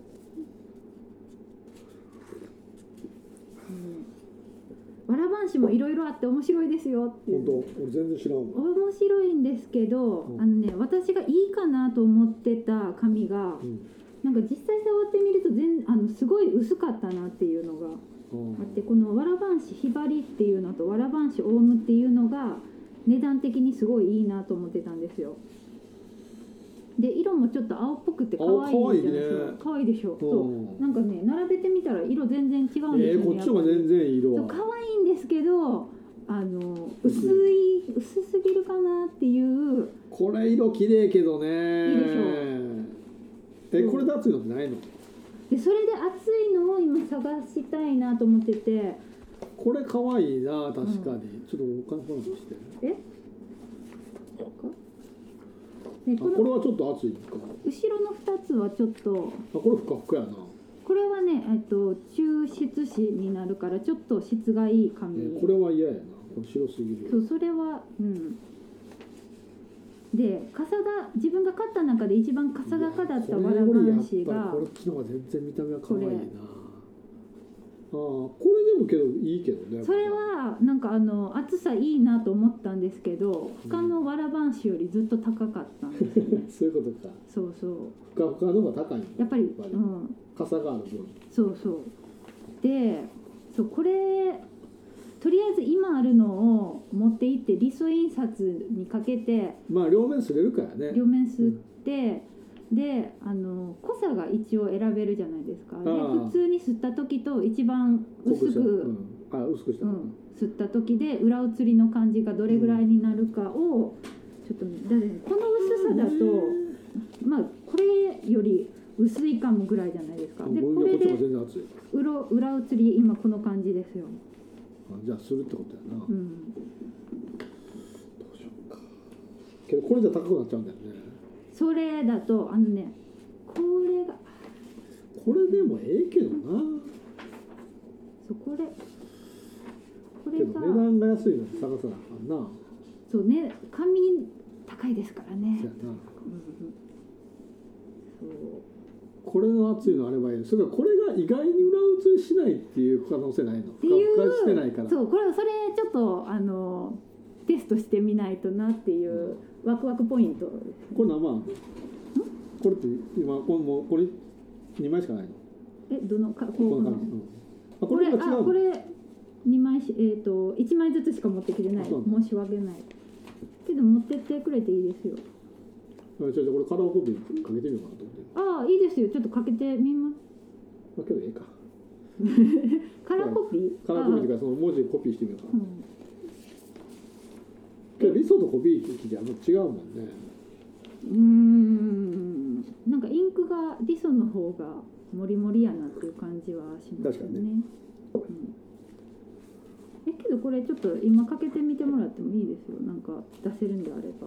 S1: うん、わらばんしもいろいろあって面白いですよっていう
S2: 本当俺全然知らんわ
S1: 面白いんですけど、
S2: うん
S1: あのね私がいいかなと思ってた紙が
S2: うん
S1: なんか実際触ってみると全あのすごい薄かったなっていうのが
S2: うん
S1: あってこのわらばんしひばりっていうのとわらばんしオウムっていうのが値段的にすごいいいなと思ってたんですよ。で色もちょっと青っぽくて可愛いじゃないです
S2: 青可愛いね
S1: か可愛いでしょ、
S2: うん
S1: そうなんかね並べてみたら色全然違うんで
S2: え
S1: すよ
S2: ー、
S1: ね、
S2: こっち
S1: や
S2: も
S1: ぱり
S2: 全然いい色
S1: そう
S2: は
S1: 可愛いんですけどあの
S2: 薄
S1: 薄
S2: い
S1: い薄すぎるかなっていう
S2: これ色綺麗けどね
S1: いでしょ
S2: えこれだっていうのないの
S1: でそれで熱いのを今探したいなと思ってて
S2: これ可愛いな確かに、ちょっとお金話して
S1: えで
S2: あ
S1: こ
S2: こ
S1: の
S2: れはちょっと熱いかあ
S1: 後ろの2つはちょっと
S2: これふかふかやな
S1: これはね、えっと、抽出紙になるからちょっと質がいい
S2: え
S1: 紙、
S2: ーこれは嫌やなこれ白すぎ
S1: そ
S2: る
S1: うそれはうんで笠田自分が買った中で一番笠高だったわらばんし
S2: これよりやっぱり
S1: が
S2: こっちの方が全然見た目は可愛いな
S1: これ
S2: あーこれでもけどいいけどね
S1: それはなんかあの暑さいいなと思ったんですけど他のわら半紙よりずっと高かったん ですよね
S2: そういうことか
S1: そうそう
S2: ふかふかの方が高いんだ
S1: やっぱり
S2: やっぱ
S1: う
S2: り
S1: ん
S2: 傘がある分
S1: そうそうでそうこれとりあえず今あるのを持って行って理想印刷にかけて
S2: まあ両面擦れるからね
S1: 両面吸って、であの濃さが一応選べるじゃないですかで
S2: あー
S1: 普通に吸った時と一番
S2: 濃
S1: 薄
S2: くしたう
S1: く、
S2: ん、あ薄くした
S1: う
S2: から、
S1: ん、吸った時で裏写りの感じがどれぐらいになるかをちょっとだねこの薄さだとまあこれより薄いかもぐらいじゃないですか。で
S2: こ
S1: こ
S2: れこ
S1: れで
S2: っちも全然熱い
S1: 裏裏写り今この感じですよ。
S2: あじゃあするってことやな、
S1: う
S2: ど
S1: ん、
S2: うしようかけどこれじゃ高くなっちゃうんだよね
S1: それだとあのねこれが
S2: これでもええけどな
S1: そうこれこ
S2: け
S1: れ
S2: ど
S1: が
S2: 値段が安いのに探さなあかんな
S1: そうね紙高いですから
S2: そ
S1: ねうんう
S2: や。な
S1: んそう
S2: これの熱いのあればいいのそれからこれが意外に裏写りしないっていう可能性ない
S1: っ
S2: の
S1: て
S2: ふ
S1: い
S2: か
S1: う
S2: ふかしてないから
S1: そうこれそれちょっとあのテストしてみないとなっていうワクワクポイントですね
S2: これ何万あんのこれって今これもうこれ2枚しかないの
S1: えどのかこ
S2: こ
S1: う
S2: の
S1: の
S2: 紙、うんあ
S1: こ
S2: こ
S1: れ
S2: れ
S1: あ
S2: が違うの
S1: これ二枚しえっ、と一枚ずつしか持ってきてない
S2: あそうな
S1: 申し訳ないけど持ってってくれていいですよ
S2: うんちょちょこれカラーコピーかけてみようかなと思って
S1: ああいいですよちょっとかけてみます
S2: まあけどええか
S1: カラーコピー
S2: カラーコピーとかその文字コピーしてみようか
S1: ああう
S2: な、
S1: ん
S2: けど理想とコピー機じゃあの違うもんね
S1: うーんなんかインクがリソの方がモリモリやなっていう感じはしますよ
S2: 確か
S1: ね。
S2: に
S1: うんえけどこれちょっと今かけてみてもらってもいいですよなんか出せるんであれば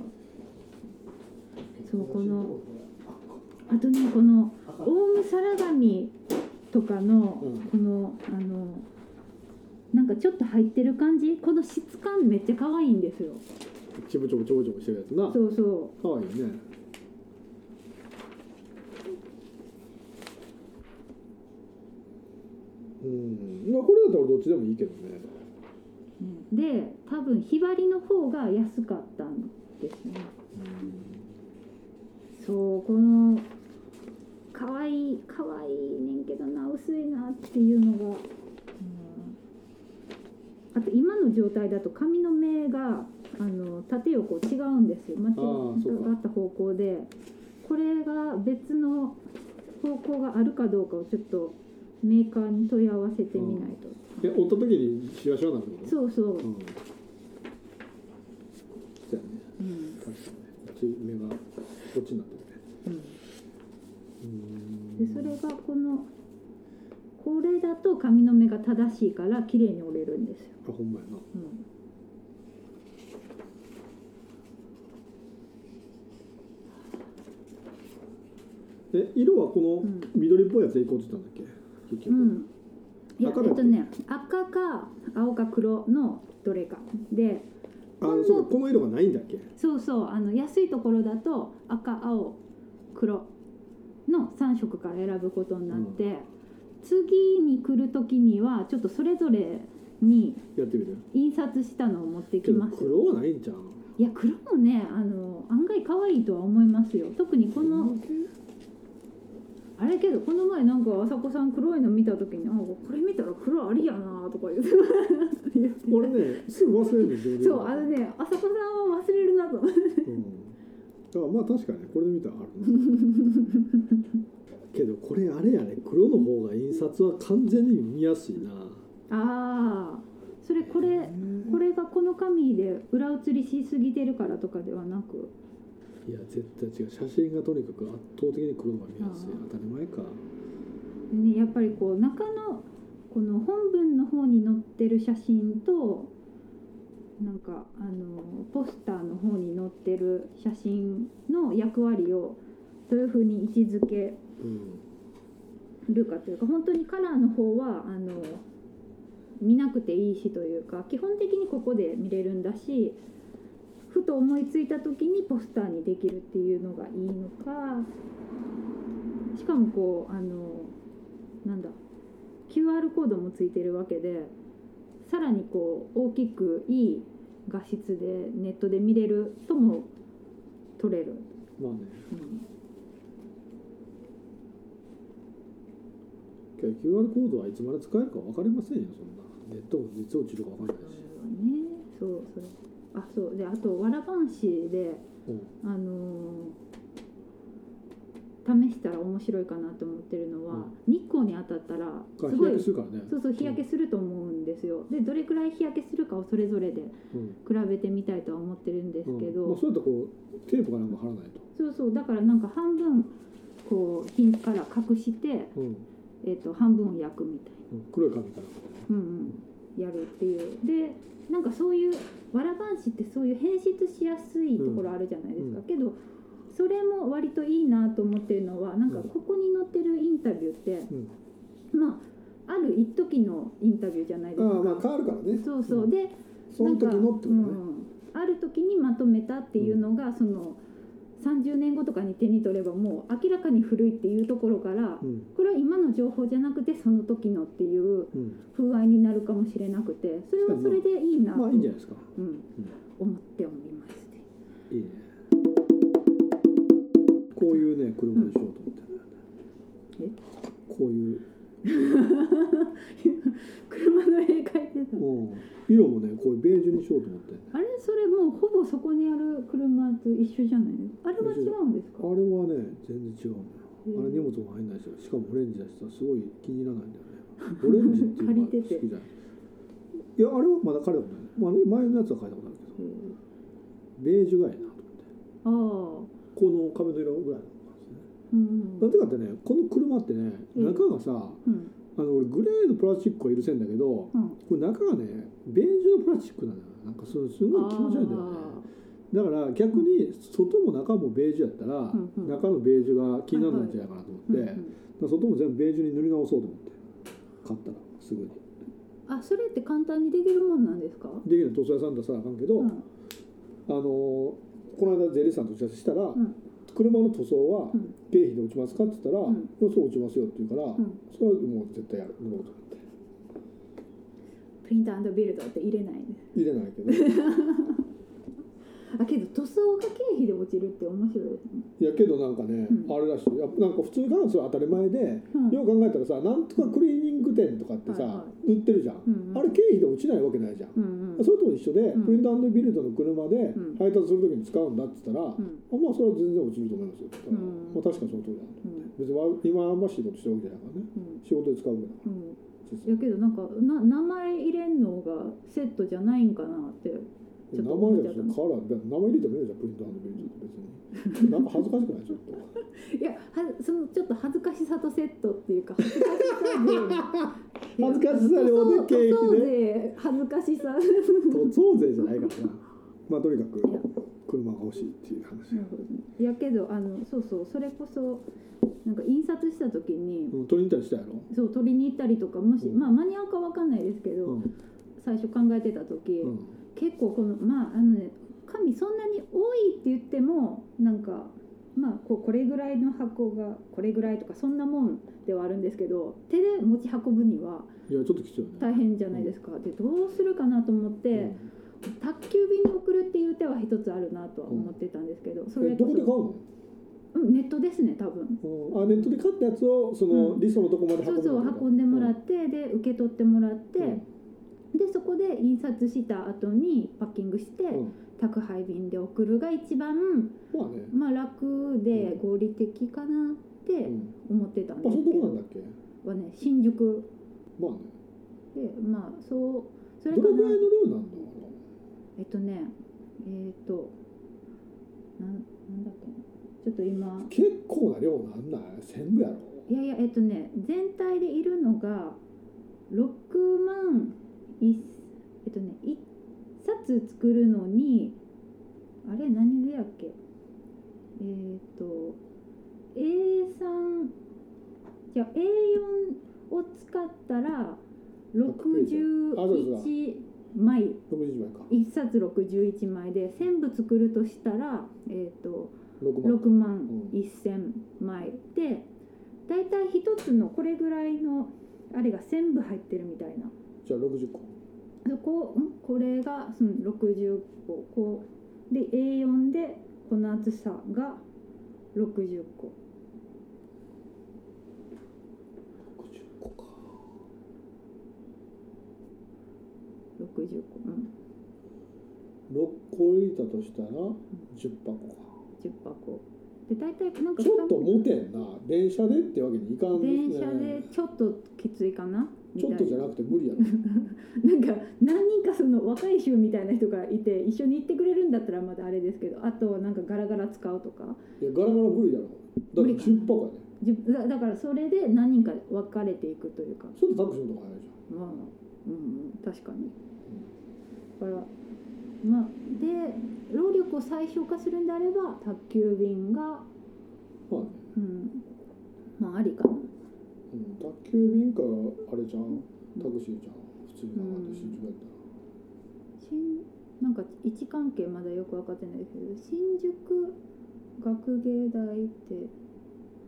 S1: そうこのあとねこのオウム皿紙とかの
S2: うん
S1: このあのなんかちょっと入ってる感じこの質感めっちゃ可愛いんですよ
S2: ちぶちょぶちょぶちょぶしてるやつな
S1: そうそう
S2: かわいいねうんまあこれだったらどっちでもいいけどね
S1: で多分ひばりの方が安かったんですねそうこのかわいいかわいいねんけどな薄いなっていうのが、うんあと今の状態だと髪の目があの縦横違うんですよ間違
S2: ああそうか
S1: った方向でこれが別の方向があるかどうかをちょっとメーカーに問い合わせてみないと、
S2: で折った時にシワシワになるってこと
S1: そうそう、
S2: うんそうやね
S1: うん
S2: 確かにねこっち目がこっちになってるねうん
S1: でそれがこのこれだと髪の目が正しいから綺麗に折れるんですよ、
S2: あほんまやな
S1: うん
S2: え色はこ
S1: うん
S2: の緑っぽいやつでいこうって言ったんだっけ結
S1: う
S2: 局
S1: ん、いや
S2: 赤
S1: え
S2: だ
S1: っ
S2: っけ
S1: とね赤か青か黒のどれかで
S2: あそうかこの色がないんだっけ
S1: そうそうあの安いところだと赤青黒の3色から選ぶことになって、次に来る時にはちょっとそれぞれに
S2: やってみる
S1: 印刷したのを持って
S2: け
S1: き
S2: ど
S1: ます
S2: 黒はないんじゃん
S1: いや黒もねあの案外可愛いとは思いますよ特にこの、あれけどこの前なんか朝子さん黒いの見た時に「あこれ見たら黒ありやな」とか言って言 って
S2: 俺ねすぐ忘れるの自分で
S1: そうあのね朝子さんは忘れるなと思って
S2: うん、だからまあ確かにこれで見たらあるな けどこれあれやね黒の方が印刷は完全に見やすいな
S1: ああそれこれこれがこの紙で裏写りしすぎてるからとかではなく
S2: いや絶対違う写真がとにかく圧倒的に黒の方が見やすい
S1: あー
S2: 当たり前か
S1: ね、やっぱりこう中のこの本文の方に載ってる写真となんかあのポスターの方に載ってる写真の役割をどういうふうに位置づけ
S2: うん
S1: るかというか本当にカラーの方はあの見なくていいしというか基本的にここで見れるんだしふと思いついた時にポスターにできるっていうのがいいのかしかもこうあのなんだ QR コードもついてるわけでさらにこう大きくいい画質でネットで見れるとも撮れる、
S2: まあね
S1: うん
S2: 一回 QR コードはいつまで使えるか分かりませんよそんなネットもいつ落ちるか分かんないし、
S1: ねそうそれあそうであとわらばんしで
S2: うん
S1: あのー試したら面白いかなと思ってるのは、日光に当たったら
S2: か
S1: す
S2: 日
S1: ご
S2: 焼
S1: い
S2: けするからね
S1: そうそう日焼けすると思うんですよでどれくらい日焼けするかをそれぞれで
S2: うん
S1: 比べてみたいとは思ってるんですけど、
S2: うんまあ、そうやったらこうテープかなんか貼らないと、
S1: そうそうだからなんか半分こう火から隠して、
S2: うん
S1: えっと半分を焼くみたいな、
S2: うん黒い紙から
S1: うんうん、やるっていうでなんかそういうわらばんしってそういう変質しやすいところあるじゃないですか、
S2: うん
S1: けどそれも割といいなと思ってるのはなんか
S2: うん
S1: ここに載ってるインタビューって、まあある一時のインタビューじゃないですか。
S2: ああまあ変わるからね
S1: そうそう、
S2: うん
S1: で
S2: その時のってことね、
S1: なんかうんある時にまとめたっていうのが、その30年後とかに手に取ればもう明らかに古いっていうところから、
S2: うん
S1: これは今の情報じゃなくてその時のっていう
S2: うん、
S1: 風合いになるかもしれなくてそれはそれでいいなと、
S2: まあいいんじゃないですか
S1: うん思っておりますね
S2: いいねこういうね車にしようと思ってるんだよね、こういう
S1: 車の絵描いてた
S2: うん色もねこういうベージュにしようと思って
S1: あれそれもうほぼそこにある車と一緒じゃないですかあれは違うんです
S2: あ
S1: か
S2: れはね全然違うの
S1: うん
S2: よあれ荷物も入んないししかもオレンジだしさすごい気に入らないんだよねオレンジっていうのは
S1: 借りてて
S2: 好きじゃないいやあれはまだ借りたことない、まあ、前のやつは借りたことあるけ
S1: う
S2: ど
S1: ん
S2: ベージュがいいなと思って
S1: ああ
S2: この壁の色ぐらいの感じね
S1: うんう
S2: なん
S1: ん
S2: でかってねこの車ってね
S1: うん
S2: 中がさ
S1: うん
S2: あの俺グレーのプラスチックは許せんだけど
S1: うん
S2: これ中がねベージュのプラスチックなのよなんかそれすごい気持ち悪いんだよねだから逆に外も中もベージュやったら、
S1: んうん
S2: 中のベージュが気にならないんじゃないかなと思って、
S1: あーうん
S2: だ
S1: う
S2: か
S1: ん
S2: ら外も全部ベージュに塗り直そうと思って買ったらすぐに
S1: あそれって簡単にできるもんなんですか、
S2: できるの塗装屋さんとしたらあかんけど、
S1: う
S2: あ
S1: ん
S2: のーこの間税理士さんと打ち合わせしたら、
S1: ん
S2: 車の塗装は
S1: うん
S2: 経費で落ちますかって言ったら、
S1: うん
S2: いやそう落ちますよって言うから、
S1: ん
S2: それはもう絶対やる塗ろうと思って
S1: プリントビルドって入れないね
S2: 入れないけ どい
S1: あけど塗装が経費で落ちるって面白いですね、
S2: やけどなんかね、
S1: うん
S2: あれらしいやっぱなんか普通に考えたらそれ当たり前で、
S1: うん
S2: よう考えたらさなんとかクリーニング店とかってさ、
S1: はいは
S2: 塗ってるじゃん、
S1: うんうん
S2: あれ経費で落ちないわけないじゃ
S1: う
S2: ん、
S1: んうん
S2: それと一緒で、
S1: ん
S2: プリントビルドの車で
S1: ん
S2: 配達するときに使うんだって言ったら、
S1: うん
S2: あまあそれは全然落ちると思いますよって言ったら、
S1: うん
S2: まあ確かにその通りだな
S1: うん
S2: 別にわ今あんましいことしてるわけじゃないからね
S1: うん
S2: 仕事で使うわけだか
S1: うんや
S2: ら
S1: けどなんかな名前入れんのがセットじゃないんかなってちょ
S2: 名
S1: っと思っ
S2: 前
S1: ちゃ
S2: だ
S1: った
S2: とカラー名前入れてもいいじゃんプリントビ ルドって別になんか恥ずかしくないちょっと
S1: いやはそのちょっと恥ずかしさとセットっていうか恥ずかしさで
S2: 恥ずかしさ量で経費で
S1: 塗装で恥ずかしさ
S2: 塗装税じゃないからなまあとにかく車が欲しいっていう話、
S1: やけどあのそうそうそれこそなんか印刷した時に、
S2: うん、取りに行ったりしたやろ、
S1: そう取りに行ったりとかもし、
S2: うん
S1: まあ間に合うかわかんないですけど、
S2: うん
S1: 最初考えてた時、
S2: うん
S1: 結構このまああのね紙そんなに多いって言ってもなんかまあこうこれぐらいの箱がこれぐらいとかそんなもんではあるんですけど手で持ち運ぶにはい
S2: やちょっときついよね
S1: 大変じゃないですか、でどうするかなと思って、宅急便に送るっていう手は一つあるなとは思ってたんですけど、そ
S2: うん、え
S1: れ
S2: どこで買う
S1: こ
S2: の
S1: そ、うん、ネットですね多分。
S2: うんあネットで買ったやつをその、
S1: うん
S2: リストのとこまで
S1: そ
S2: 運ぶ
S1: うそう運んでもらって、で受け取ってもらって、
S2: うん
S1: でそこで印刷した後にパッキングして、
S2: うん
S1: 宅配便で送るが一番、
S2: まあね、
S1: まあ、楽で合理的かなって
S2: うん、
S1: 思ってたんで
S2: 場
S1: す
S2: 所
S1: け
S2: どこ
S1: ど、
S2: なんだっけ
S1: はね新宿
S2: まあね
S1: でまあそうそ
S2: ど
S1: れ
S2: れ
S1: か
S2: ぐらい
S1: な
S2: の量なんだろ
S1: えっとねえっ、となんなんだっけなちょっと今
S2: う結構な量なんない全部やろ
S1: いやいやえっとね全体でいるのが6万1えっとね1冊作るのにあれ何でやっけえーっと A3 じゃあ A4 を使ったら
S2: 61
S1: 61枚
S2: 60枚か
S1: 1冊61枚で1,000部作るとしたらえーっと
S2: 6万
S1: 6万1,000枚で大体一つのこれぐらいのあれが1,000部入ってるみたいな
S2: じゃあ60個
S1: そこんこれがその65こうで A4 でこの厚さが60個
S2: 50個か
S1: 60個うん
S2: 6個入れたとしたら10箱か
S1: 10箱で大体なんか
S2: ちょっと持てんな電車でってわけにいかん
S1: 電
S2: ですね
S1: 車でちょっときついかなみ
S2: ち
S1: たいな
S2: ょっとじゃなくて無理やろ
S1: なんか何人かその若い衆みたいな人がいて一緒に行ってくれるんだったらまだあれですけどあとなんかガラガラ使うとか
S2: いやガラガラ無理やろだって10箱やね
S1: じゅだだからそれで何人か分かれていくというか
S2: ちょっとタクシーのとこ早いじゃん
S1: まあうんうん確かにだからまあで労力を最小化するんであれば宅急便が
S2: まあね
S1: うんまあありかな
S2: うん宅急便かあれじゃんタクシーじゃん普通に上がって新宿やったら
S1: 新なんか位置関係まだよく分かってないですけど新宿学芸大って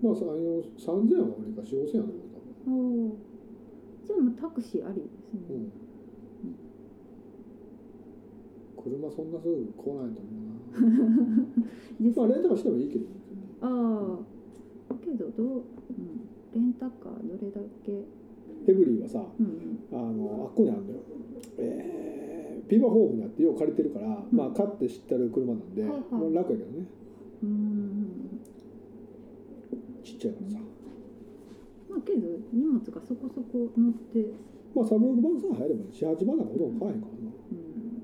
S2: まあさあの3000円は俺か4000円やと思う多
S1: おおじゃあもうタクシーありですね、
S2: 分うん車そんなすぐ来ないと思う
S1: で
S2: なまあレンタカーしてもいいけど
S1: ああけどどう、うん、レンタカーどれだけ、
S2: エブリィはさ
S1: うん
S2: あのあっこにあるんだよえー、ビバホームにあってよう借りてるから、
S1: ん
S2: まあ買って知ってる車なんで、
S1: はいはい
S2: まあ楽やけどね
S1: うん、うん
S2: ちっちゃいからさ、
S1: まあけど荷物がそこそこ乗って、
S2: まあサブロックバンサー入れば48万なんかほとんど買わへんからな
S1: うん、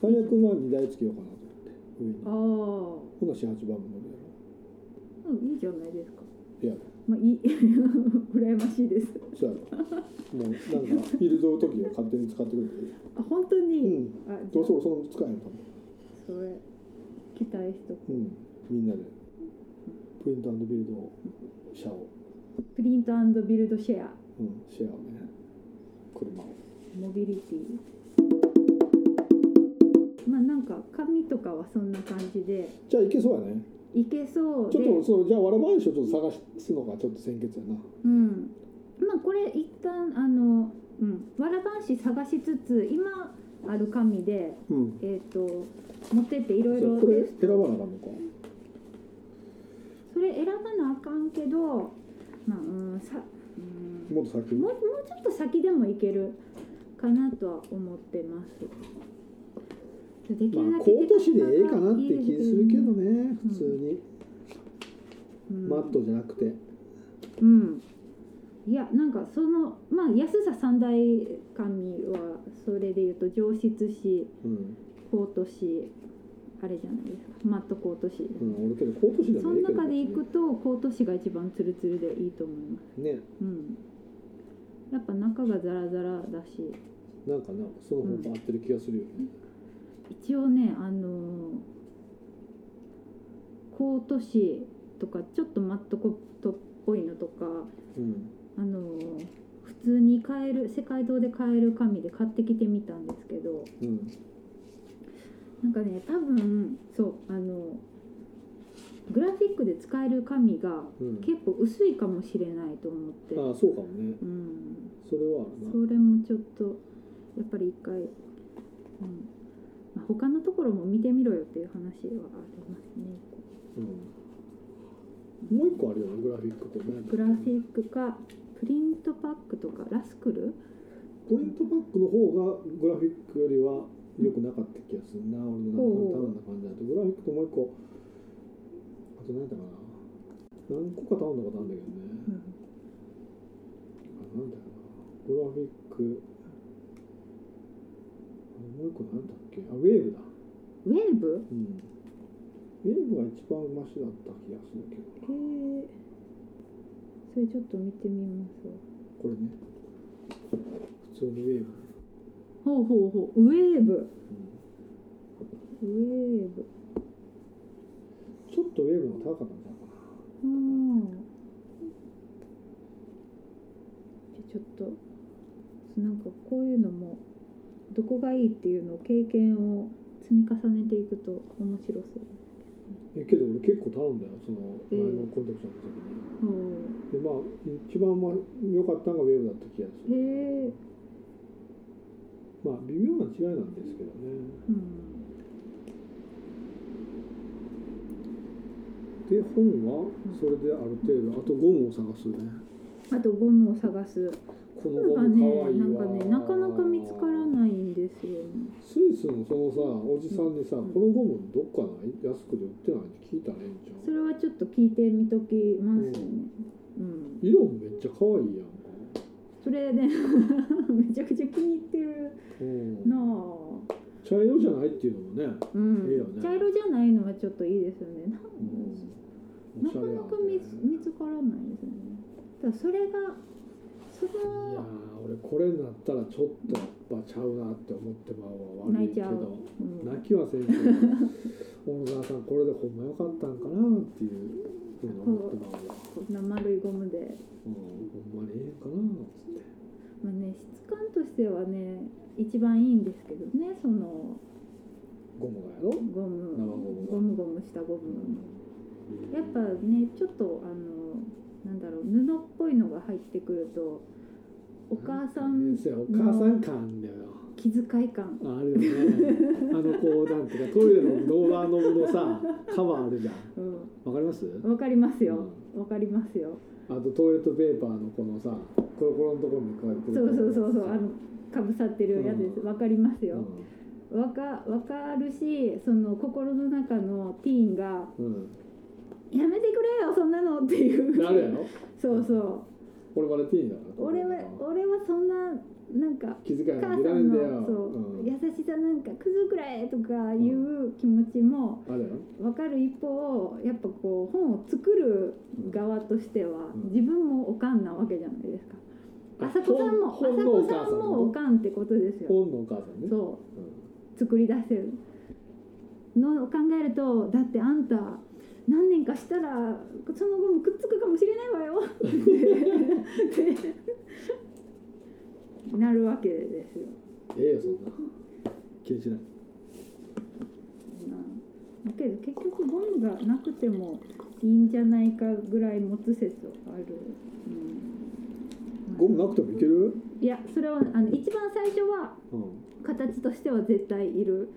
S2: 最悪まあ2台つけようかなと思って上に
S1: ああ
S2: ほな48万も乗るやろ
S1: うんいいじゃないですか
S2: いや
S1: まあいい 羨ましいです
S2: そう やろもうなんかフィールドの時は勝手に使ってくれていい
S1: あ本当に、
S2: うん
S1: あじ
S2: ど
S1: ゃ
S2: う
S1: あ
S2: せ俺その使えへんと思
S1: それ期待しとく
S2: ううんみんなでプリントビルドをシャを、
S1: プリントビルドシェア
S2: うん、シェアをね車を
S1: モビリティまあなんか紙とかはそんな感じで
S2: じゃあいけそうやね
S1: いけそう
S2: ち
S1: で
S2: ょっとそのじゃあわらばんしをちょっと探すのがちょっと先決やな
S1: うん、まあこれ一旦あの、うん、わらばんし探しつつ今ある紙で、
S2: うん
S1: えー、と持ってっていろい
S2: じゃ
S1: ろ
S2: あこれ
S1: テス
S2: 選ばなあかんのか
S1: それ選ばなあかんけどまあうんさ、うん、
S2: もっと先
S1: もうもうちょっと先でもいけるかなとは思ってます。できる
S2: ま
S1: だ
S2: あ
S1: け
S2: 高都市でええかなって
S1: いい
S2: 気
S1: です
S2: するけどね
S1: うん
S2: 普通に、
S1: うん
S2: マットじゃなくて
S1: うん、いやなんかそのまあ安さ三大神はそれでいうと上質市
S2: うん、
S1: 高都市あれじゃないですかマット高都市、
S2: うん、俺けど高都市で
S1: そ
S2: も
S1: の
S2: ええけど
S1: 中でいくと高都市が一番ツルツルでいいと思います、
S2: ね
S1: うん、やっぱ中がザラザラだし
S2: なんかなその方が合ってる気がするよね、
S1: 一応ねあのー高都市とかちょっとマットコットっぽいのとか
S2: うん
S1: あのー普通に買える世界堂で買える紙で買ってきてみたんですけど
S2: うん
S1: なんかね多分そうあのグラフィックで使える紙が
S2: うん
S1: 結構薄いかもしれないと思って、
S2: ああそうかもね
S1: うん、
S2: それはあるな
S1: それもちょっとやっぱり一回、うんまあ、他のところも見てみろよっていう話はありますね
S2: うん、もう一個あるよねグラフィックってね
S1: グラフィックかプリントパックとかラスクル
S2: ポイントパックの方がグラフィックよりは良くなかった気がするな俺の
S1: ほう
S2: なんか頼んだ感じだとグラフィックともう一個あと何やったかな何個か頼んだことあるんだけどね、あなんだよなグラフィックあれもう一個なんだっけあウェーブだ
S1: ウェーブ
S2: うんウェーブが一番マシだった気がするけ
S1: へ
S2: ど
S1: えそれちょっと見てみますわ
S2: これね普通にウェーブ、
S1: ほうほうほうウェーブ
S2: うん
S1: ウェーブ
S2: ちょっとウェーブの方が高かったんじゃないかな
S1: うんじゃあちょっとなんかこういうのもどこがいいっていうのを経験を積み重ねていくと面白そう。
S2: えけど俺結構頼んだよその
S1: ええ
S2: 前のコンタクトの
S1: うん、
S2: 時に、でまあ一番ま良かったのがウェーブだった気がする
S1: へえ
S2: まあ微妙な違いなんですけどね
S1: うん
S2: で本はそれである程度あとゴムを探すね
S1: あとゴムを探す
S2: この
S1: が
S2: ゴ
S1: ね
S2: ムかわいい
S1: なん
S2: わ
S1: かねなかなか見つからないんですよね
S2: スイスのそのさおじさんにさ、
S1: うん
S2: このゴムどっかない安くで売ってないって聞いたねんちゃ
S1: そ
S2: ん
S1: れはちょっと聞いてみときますねうん、
S2: 色もめっちゃ可愛いやん、
S1: それで めちゃくちゃ気に入ってる
S2: うん、
S1: なあ
S2: 茶色じゃないっていうのもね、う
S1: うん
S2: いいよね
S1: 茶色じゃないのはちょっといいですよね。なん
S2: ん、
S1: な
S2: おし
S1: か
S2: ゃれや
S1: なん
S2: ね
S1: か見つ見つからないですよね。ただそれがそ
S2: い
S1: の
S2: やー俺これになったらちょっとやっぱちゃうなって思ってまうわ悪いけ
S1: 泣いちゃ
S2: ど
S1: うん
S2: 泣きはせんけど小野沢さんこれでほんまよかったんかなっていうふうに思ってまうわ、
S1: こんな丸いゴムで、
S2: うん、ほんまにええんかなっつって
S1: まあね質感としてはね一番いいんですけどねその
S2: ゴムがやろ
S1: ゴム
S2: 生ゴムが
S1: ゴムゴムしたゴム。やっぱねちょっとあのなんだろう布っぽいのが入ってくるとお母さん
S2: せやお母さん感だよ
S1: 気遣い感。
S2: あるよねあのこうなんていうかトイレのドアノブのさカバーあるじゃん
S1: うん
S2: わかります
S1: わかりますよ。わかりますよ。
S2: あとトイレットペーパーのこのさコロコロのところにこうやって
S1: そうそうそうそうあのかぶさってるやつです
S2: うん
S1: わかります
S2: う
S1: よ
S2: ん
S1: わかわかるしその心の中のティーンが
S2: うん、
S1: 「やめてくれよそんなの」っていう
S2: あれやろ
S1: そうそう
S2: 俺まだティーンだから
S1: 俺は俺はそんななんか
S2: 気遣い
S1: お
S2: な
S1: 母
S2: んてい
S1: さ
S2: らない
S1: ん
S2: んだよ
S1: のそう、
S2: うん、
S1: 優しさなんか「くずくれ!」とかいう気持ちも
S2: あれやろ
S1: わかる一方やっぱこう本を作る側としては
S2: うん
S1: 自分もおかんなわけじゃないですか。
S2: あ
S1: あさこさんもあ
S2: ほん
S1: さ
S2: ほ
S1: こ
S2: んのお母さ
S1: さ
S2: ん
S1: んもおかんってことですよ。
S2: 本のお母さんね
S1: そう
S2: う
S1: 作り出せるのを考えるとだってあんた何年かしたらそのゴムくっつくかもしれないわよってなるわけですよ。
S2: ん、ええよそんな気にしない
S1: だけど結局ゴムがなくてもいいんじゃないかぐらい持つ説ある。うん
S2: ゴムなくてもいける、
S1: いやそれはあの一番最初は
S2: うん、
S1: 形としては絶対いる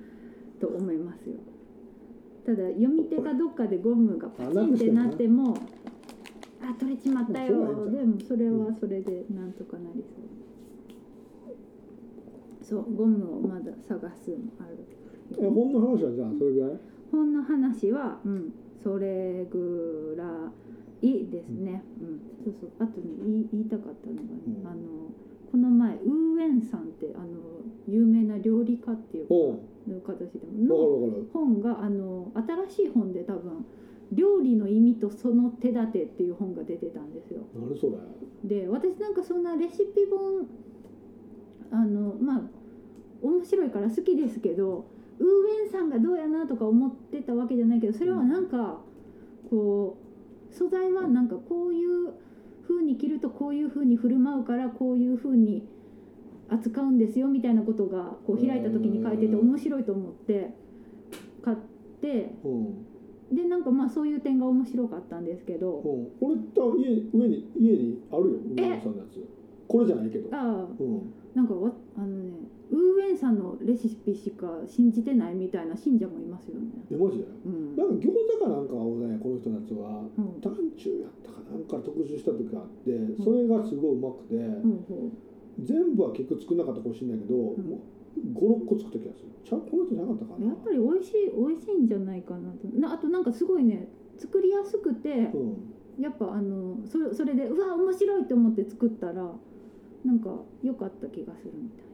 S1: と思いますよただ読み手がどっかでゴムがパチンってなってもあ取れちまったよ
S2: まあそうなんじ
S1: でもそれはそれでなんとかなりそうそうゴムをまだ探すもあ
S2: え
S1: る
S2: 本の話はじゃあそれぐらい
S1: 本の話はうんそれぐらいですね、うん、そうそうあとね言い言いたかったのがね、
S2: うん
S1: あのこの前ウーエンさんってあの有名な料理家っていうか
S2: おう
S1: の形で
S2: わか
S1: もの
S2: るわかる
S1: 本があの新しい本で多分「料理の意味とその手立て」っていう本が出てたんですよ。
S2: 何それ
S1: で私なんかそんなレシピ本あのまあ面白いから好きですけどウーエンさんがどうやなとか思ってたわけじゃないけどそれはなんかこう素材はなんかこういう風に着るとこういう風に振る舞うからこういう風に扱うんですよみたいなことがこう開いた時に書いてて
S2: うん
S1: 面白いと思って買って
S2: うん
S1: でなんかまあそういう点が面白かったんですけど
S2: うん、俺多分家上に家にあるよ上野さんのやつこれじゃないけど、
S1: ああ
S2: うん、
S1: なんかわあのねウーエンさんのレシピしか信じてないみたいな信者もいますよね。
S2: えマジで
S1: うん
S2: なんか餃子かなんかをねこの人のやつは
S1: うん
S2: 団中やったかなんか特集した時があってそれがすごいうまくて、
S1: うんほ
S2: 全部は結局作んなかったかもしれないけど、
S1: ん
S2: もう56個作った気がするちゃんこの人じゃなかったか
S1: う
S2: な
S1: やっぱり美味しい美味しいんじゃないかなとなあとなんかすごいね作りやすくて
S2: うん、
S1: やっぱあのそれそれでうわ面白いと思って作ったらなんか良かった気がするみたいな。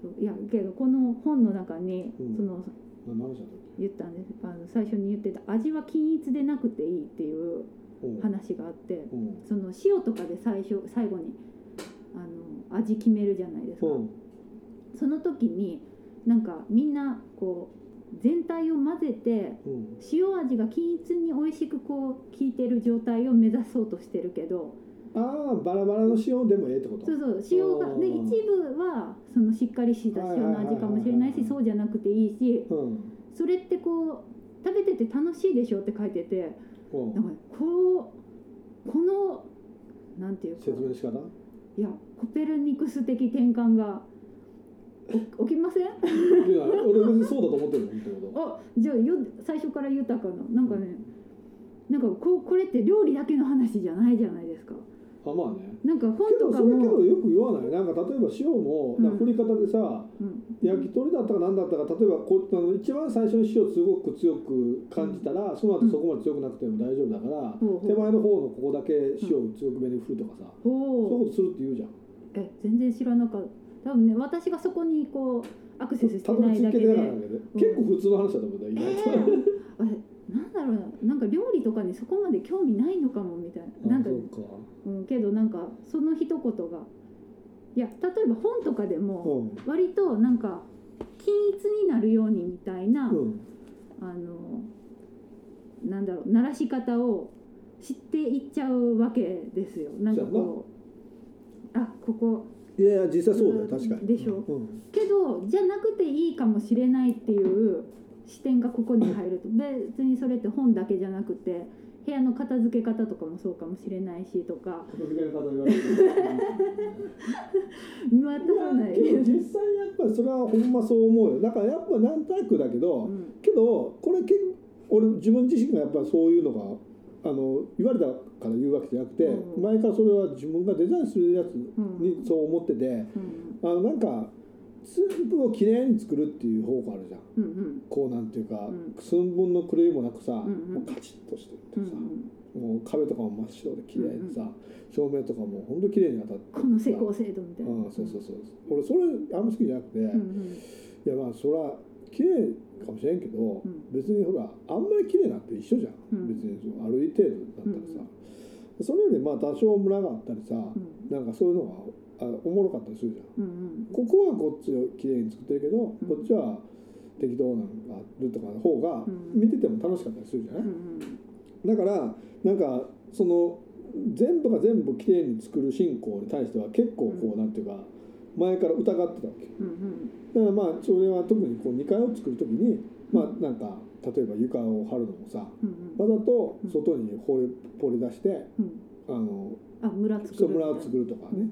S1: そういやけどこの本の中に、
S2: うん
S1: その
S2: 何話したんだっ
S1: 言ったんですあの最初に言ってた味は均一でなくていいっていう
S2: けうん
S1: 話があって。
S2: うん
S1: その塩とかで最初最後にあの味決めるじゃないですか、
S2: うん
S1: その時になんかみんなこう全体を混ぜて
S2: うん
S1: 塩味が均一に美味しくこう効いてる状態を目指そうとしてるけど
S2: ああバラバラの塩でもええってこと
S1: そうそう塩がで
S2: うん
S1: 一部はそのしっかりした塩の味かもしれない
S2: はいはいはいは
S1: し
S2: い
S1: そうじゃなくていいし
S2: うん
S1: それってこう食べてて楽しいでしょって書いてて
S2: うん
S1: なんかねこうこのなんていうか
S2: 説明の仕方
S1: いやコペルニクス的転換がお起きません
S2: いや俺別にそうだと思ってるもんってこと
S1: あじゃあよ最初から豊かななんかねなんかここれって料理だけの話じゃないじゃないですか
S2: あまあね
S1: なんか本
S2: け
S1: と
S2: ど
S1: か
S2: それけ
S1: も
S2: どよく言わないなんか例えば塩も
S1: うん
S2: なんか振り方でさ、
S1: うん
S2: 焼き鳥だったか何だったか例えばこあの一番最初に塩すごく強く感じたら、その後そこまで強くなくても大丈夫だから、
S1: ほうほう
S2: 手前の方のここだけ塩を強くめに振るとかさ、そういう
S1: おお
S2: ことするって言うじゃん
S1: え全然知らなかった多分ね私がそこにこうアクセスして
S2: たど
S1: な
S2: り
S1: い
S2: 着
S1: だ
S2: け
S1: けで
S2: てなかったわけで、結構普通の話だと思うんだ
S1: え
S2: よ意
S1: え
S2: 外と。
S1: あれなんだろうななんか料理とかにそこまで興味ないのかもみたいななんか
S2: あそうか
S1: うん、けどなんかその一言がいや例えば本とかでも
S2: う
S1: 割となんか均一になるようにみたいな、
S2: ん、うん、
S1: あのなんだろう鳴らし方を知っていっちゃうわけですよなんかこうあここ
S2: いやいや実際そうだ
S1: う
S2: よ
S1: ん
S2: 確かに
S1: でしょ
S2: うん、
S1: けどじゃなくていいかもしれないっていう視点がここに入ると別にそれって本だけじゃなくて部屋の片付け方とかもそうかもしれないしとか
S3: 片付け方言われてる
S1: 見渡さない
S2: けど実際やっぱりそれはほんまそう思うよだからやっぱなんとなくだけど、
S1: うん
S2: けどこれ結俺自分自身がやっぱりそういうのがあの言われたから言うわけじゃなくて、
S1: うん
S2: 前からそれは自分がデザインするやつ
S1: うん
S2: にそう思ってて、
S1: うん
S2: あのなんか全部をきれいに作るっていう方向あるじゃん
S1: うんうん
S2: こうなんていうか、
S1: ん
S2: 寸分の狂いもなくさ、
S1: んうん
S2: もうカチッとしてるって
S1: う
S2: い
S1: んう
S2: うさ、
S1: ん
S2: もう壁とかも真っ白で綺麗でさ、照明とかもほんと綺麗に当たって
S1: この施工制度みたいな。
S2: うん、そうそうそう俺それあんま好きじゃなくて、
S1: うんうん
S2: いやまあそれは綺麗かもしれんけど、
S1: ん
S2: 別にほらあんまり綺麗なんて一緒じゃ
S1: う
S2: ん、
S1: ん
S2: 別にその歩い程度だったらさ、それよりまあ多少ムラがあったりさ、
S1: ん
S2: なんかそういうのがあおもろかったりするじゃ
S1: う
S2: ん
S1: んうん
S2: ここはこっちを綺麗に作ってるけど、こっちは適当なのがあるとかの方が
S1: うん
S2: 見てても楽しかったりするじゃない、
S1: うん
S2: だからなんかその全部が全部綺麗に作る進行に対しては結構こう、なんていうか前から疑ってたわけ
S1: うんうん
S2: だからまあそれは特にこう2階を作る時にまあなんか例えば床を張るのもさわ
S1: うんうん
S2: ざと外に掘り掘り出して
S1: うん
S2: あの
S1: あ村作
S2: 草
S1: る
S2: むらを作るとか
S1: み
S2: ね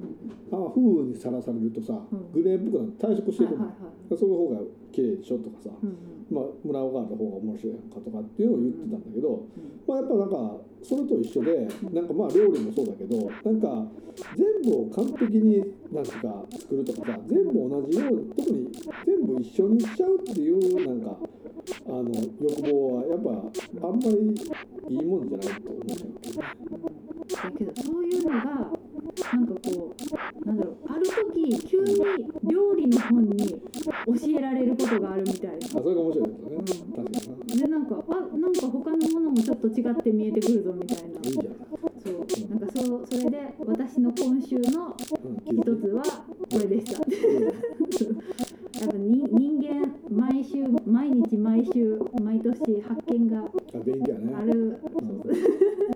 S1: たいな
S2: あ風雨にさらされるとさ
S1: うん
S2: グレーっぽくなって退職していく
S1: うんうん
S2: の、
S1: はいはいはい
S2: その方が綺麗でしょとかさ、
S1: うんうん
S2: まあ、村を張る方が面白いやんかとかっていうのを言ってたんだけど、
S1: うん
S2: まあ、やっぱなんかそれと一緒でなんかまあ料理もそうだけどなんか全部を完璧になんか作るとかさ全部同じように特に全部一緒にしちゃうっていうなんかあの欲望はやっぱあんまりいいもんじゃないと思うんだよ
S1: だけどそういうのがなんかこうなんだろうある時急に料理の本に教えられることがあるみたい
S2: あそれが面白いことね確かに
S1: な
S2: な
S1: でなんかあなんか他のものもちょっと違って見えてくるぞみたいない
S2: いじゃん、
S1: そうなんかそうそれで私の今週の
S2: うん、聞い
S1: 一
S2: て
S1: つはこれでした多分に人間毎週毎日毎週毎年発見が
S2: あ勉強や
S1: あ
S2: ね
S1: る
S2: うん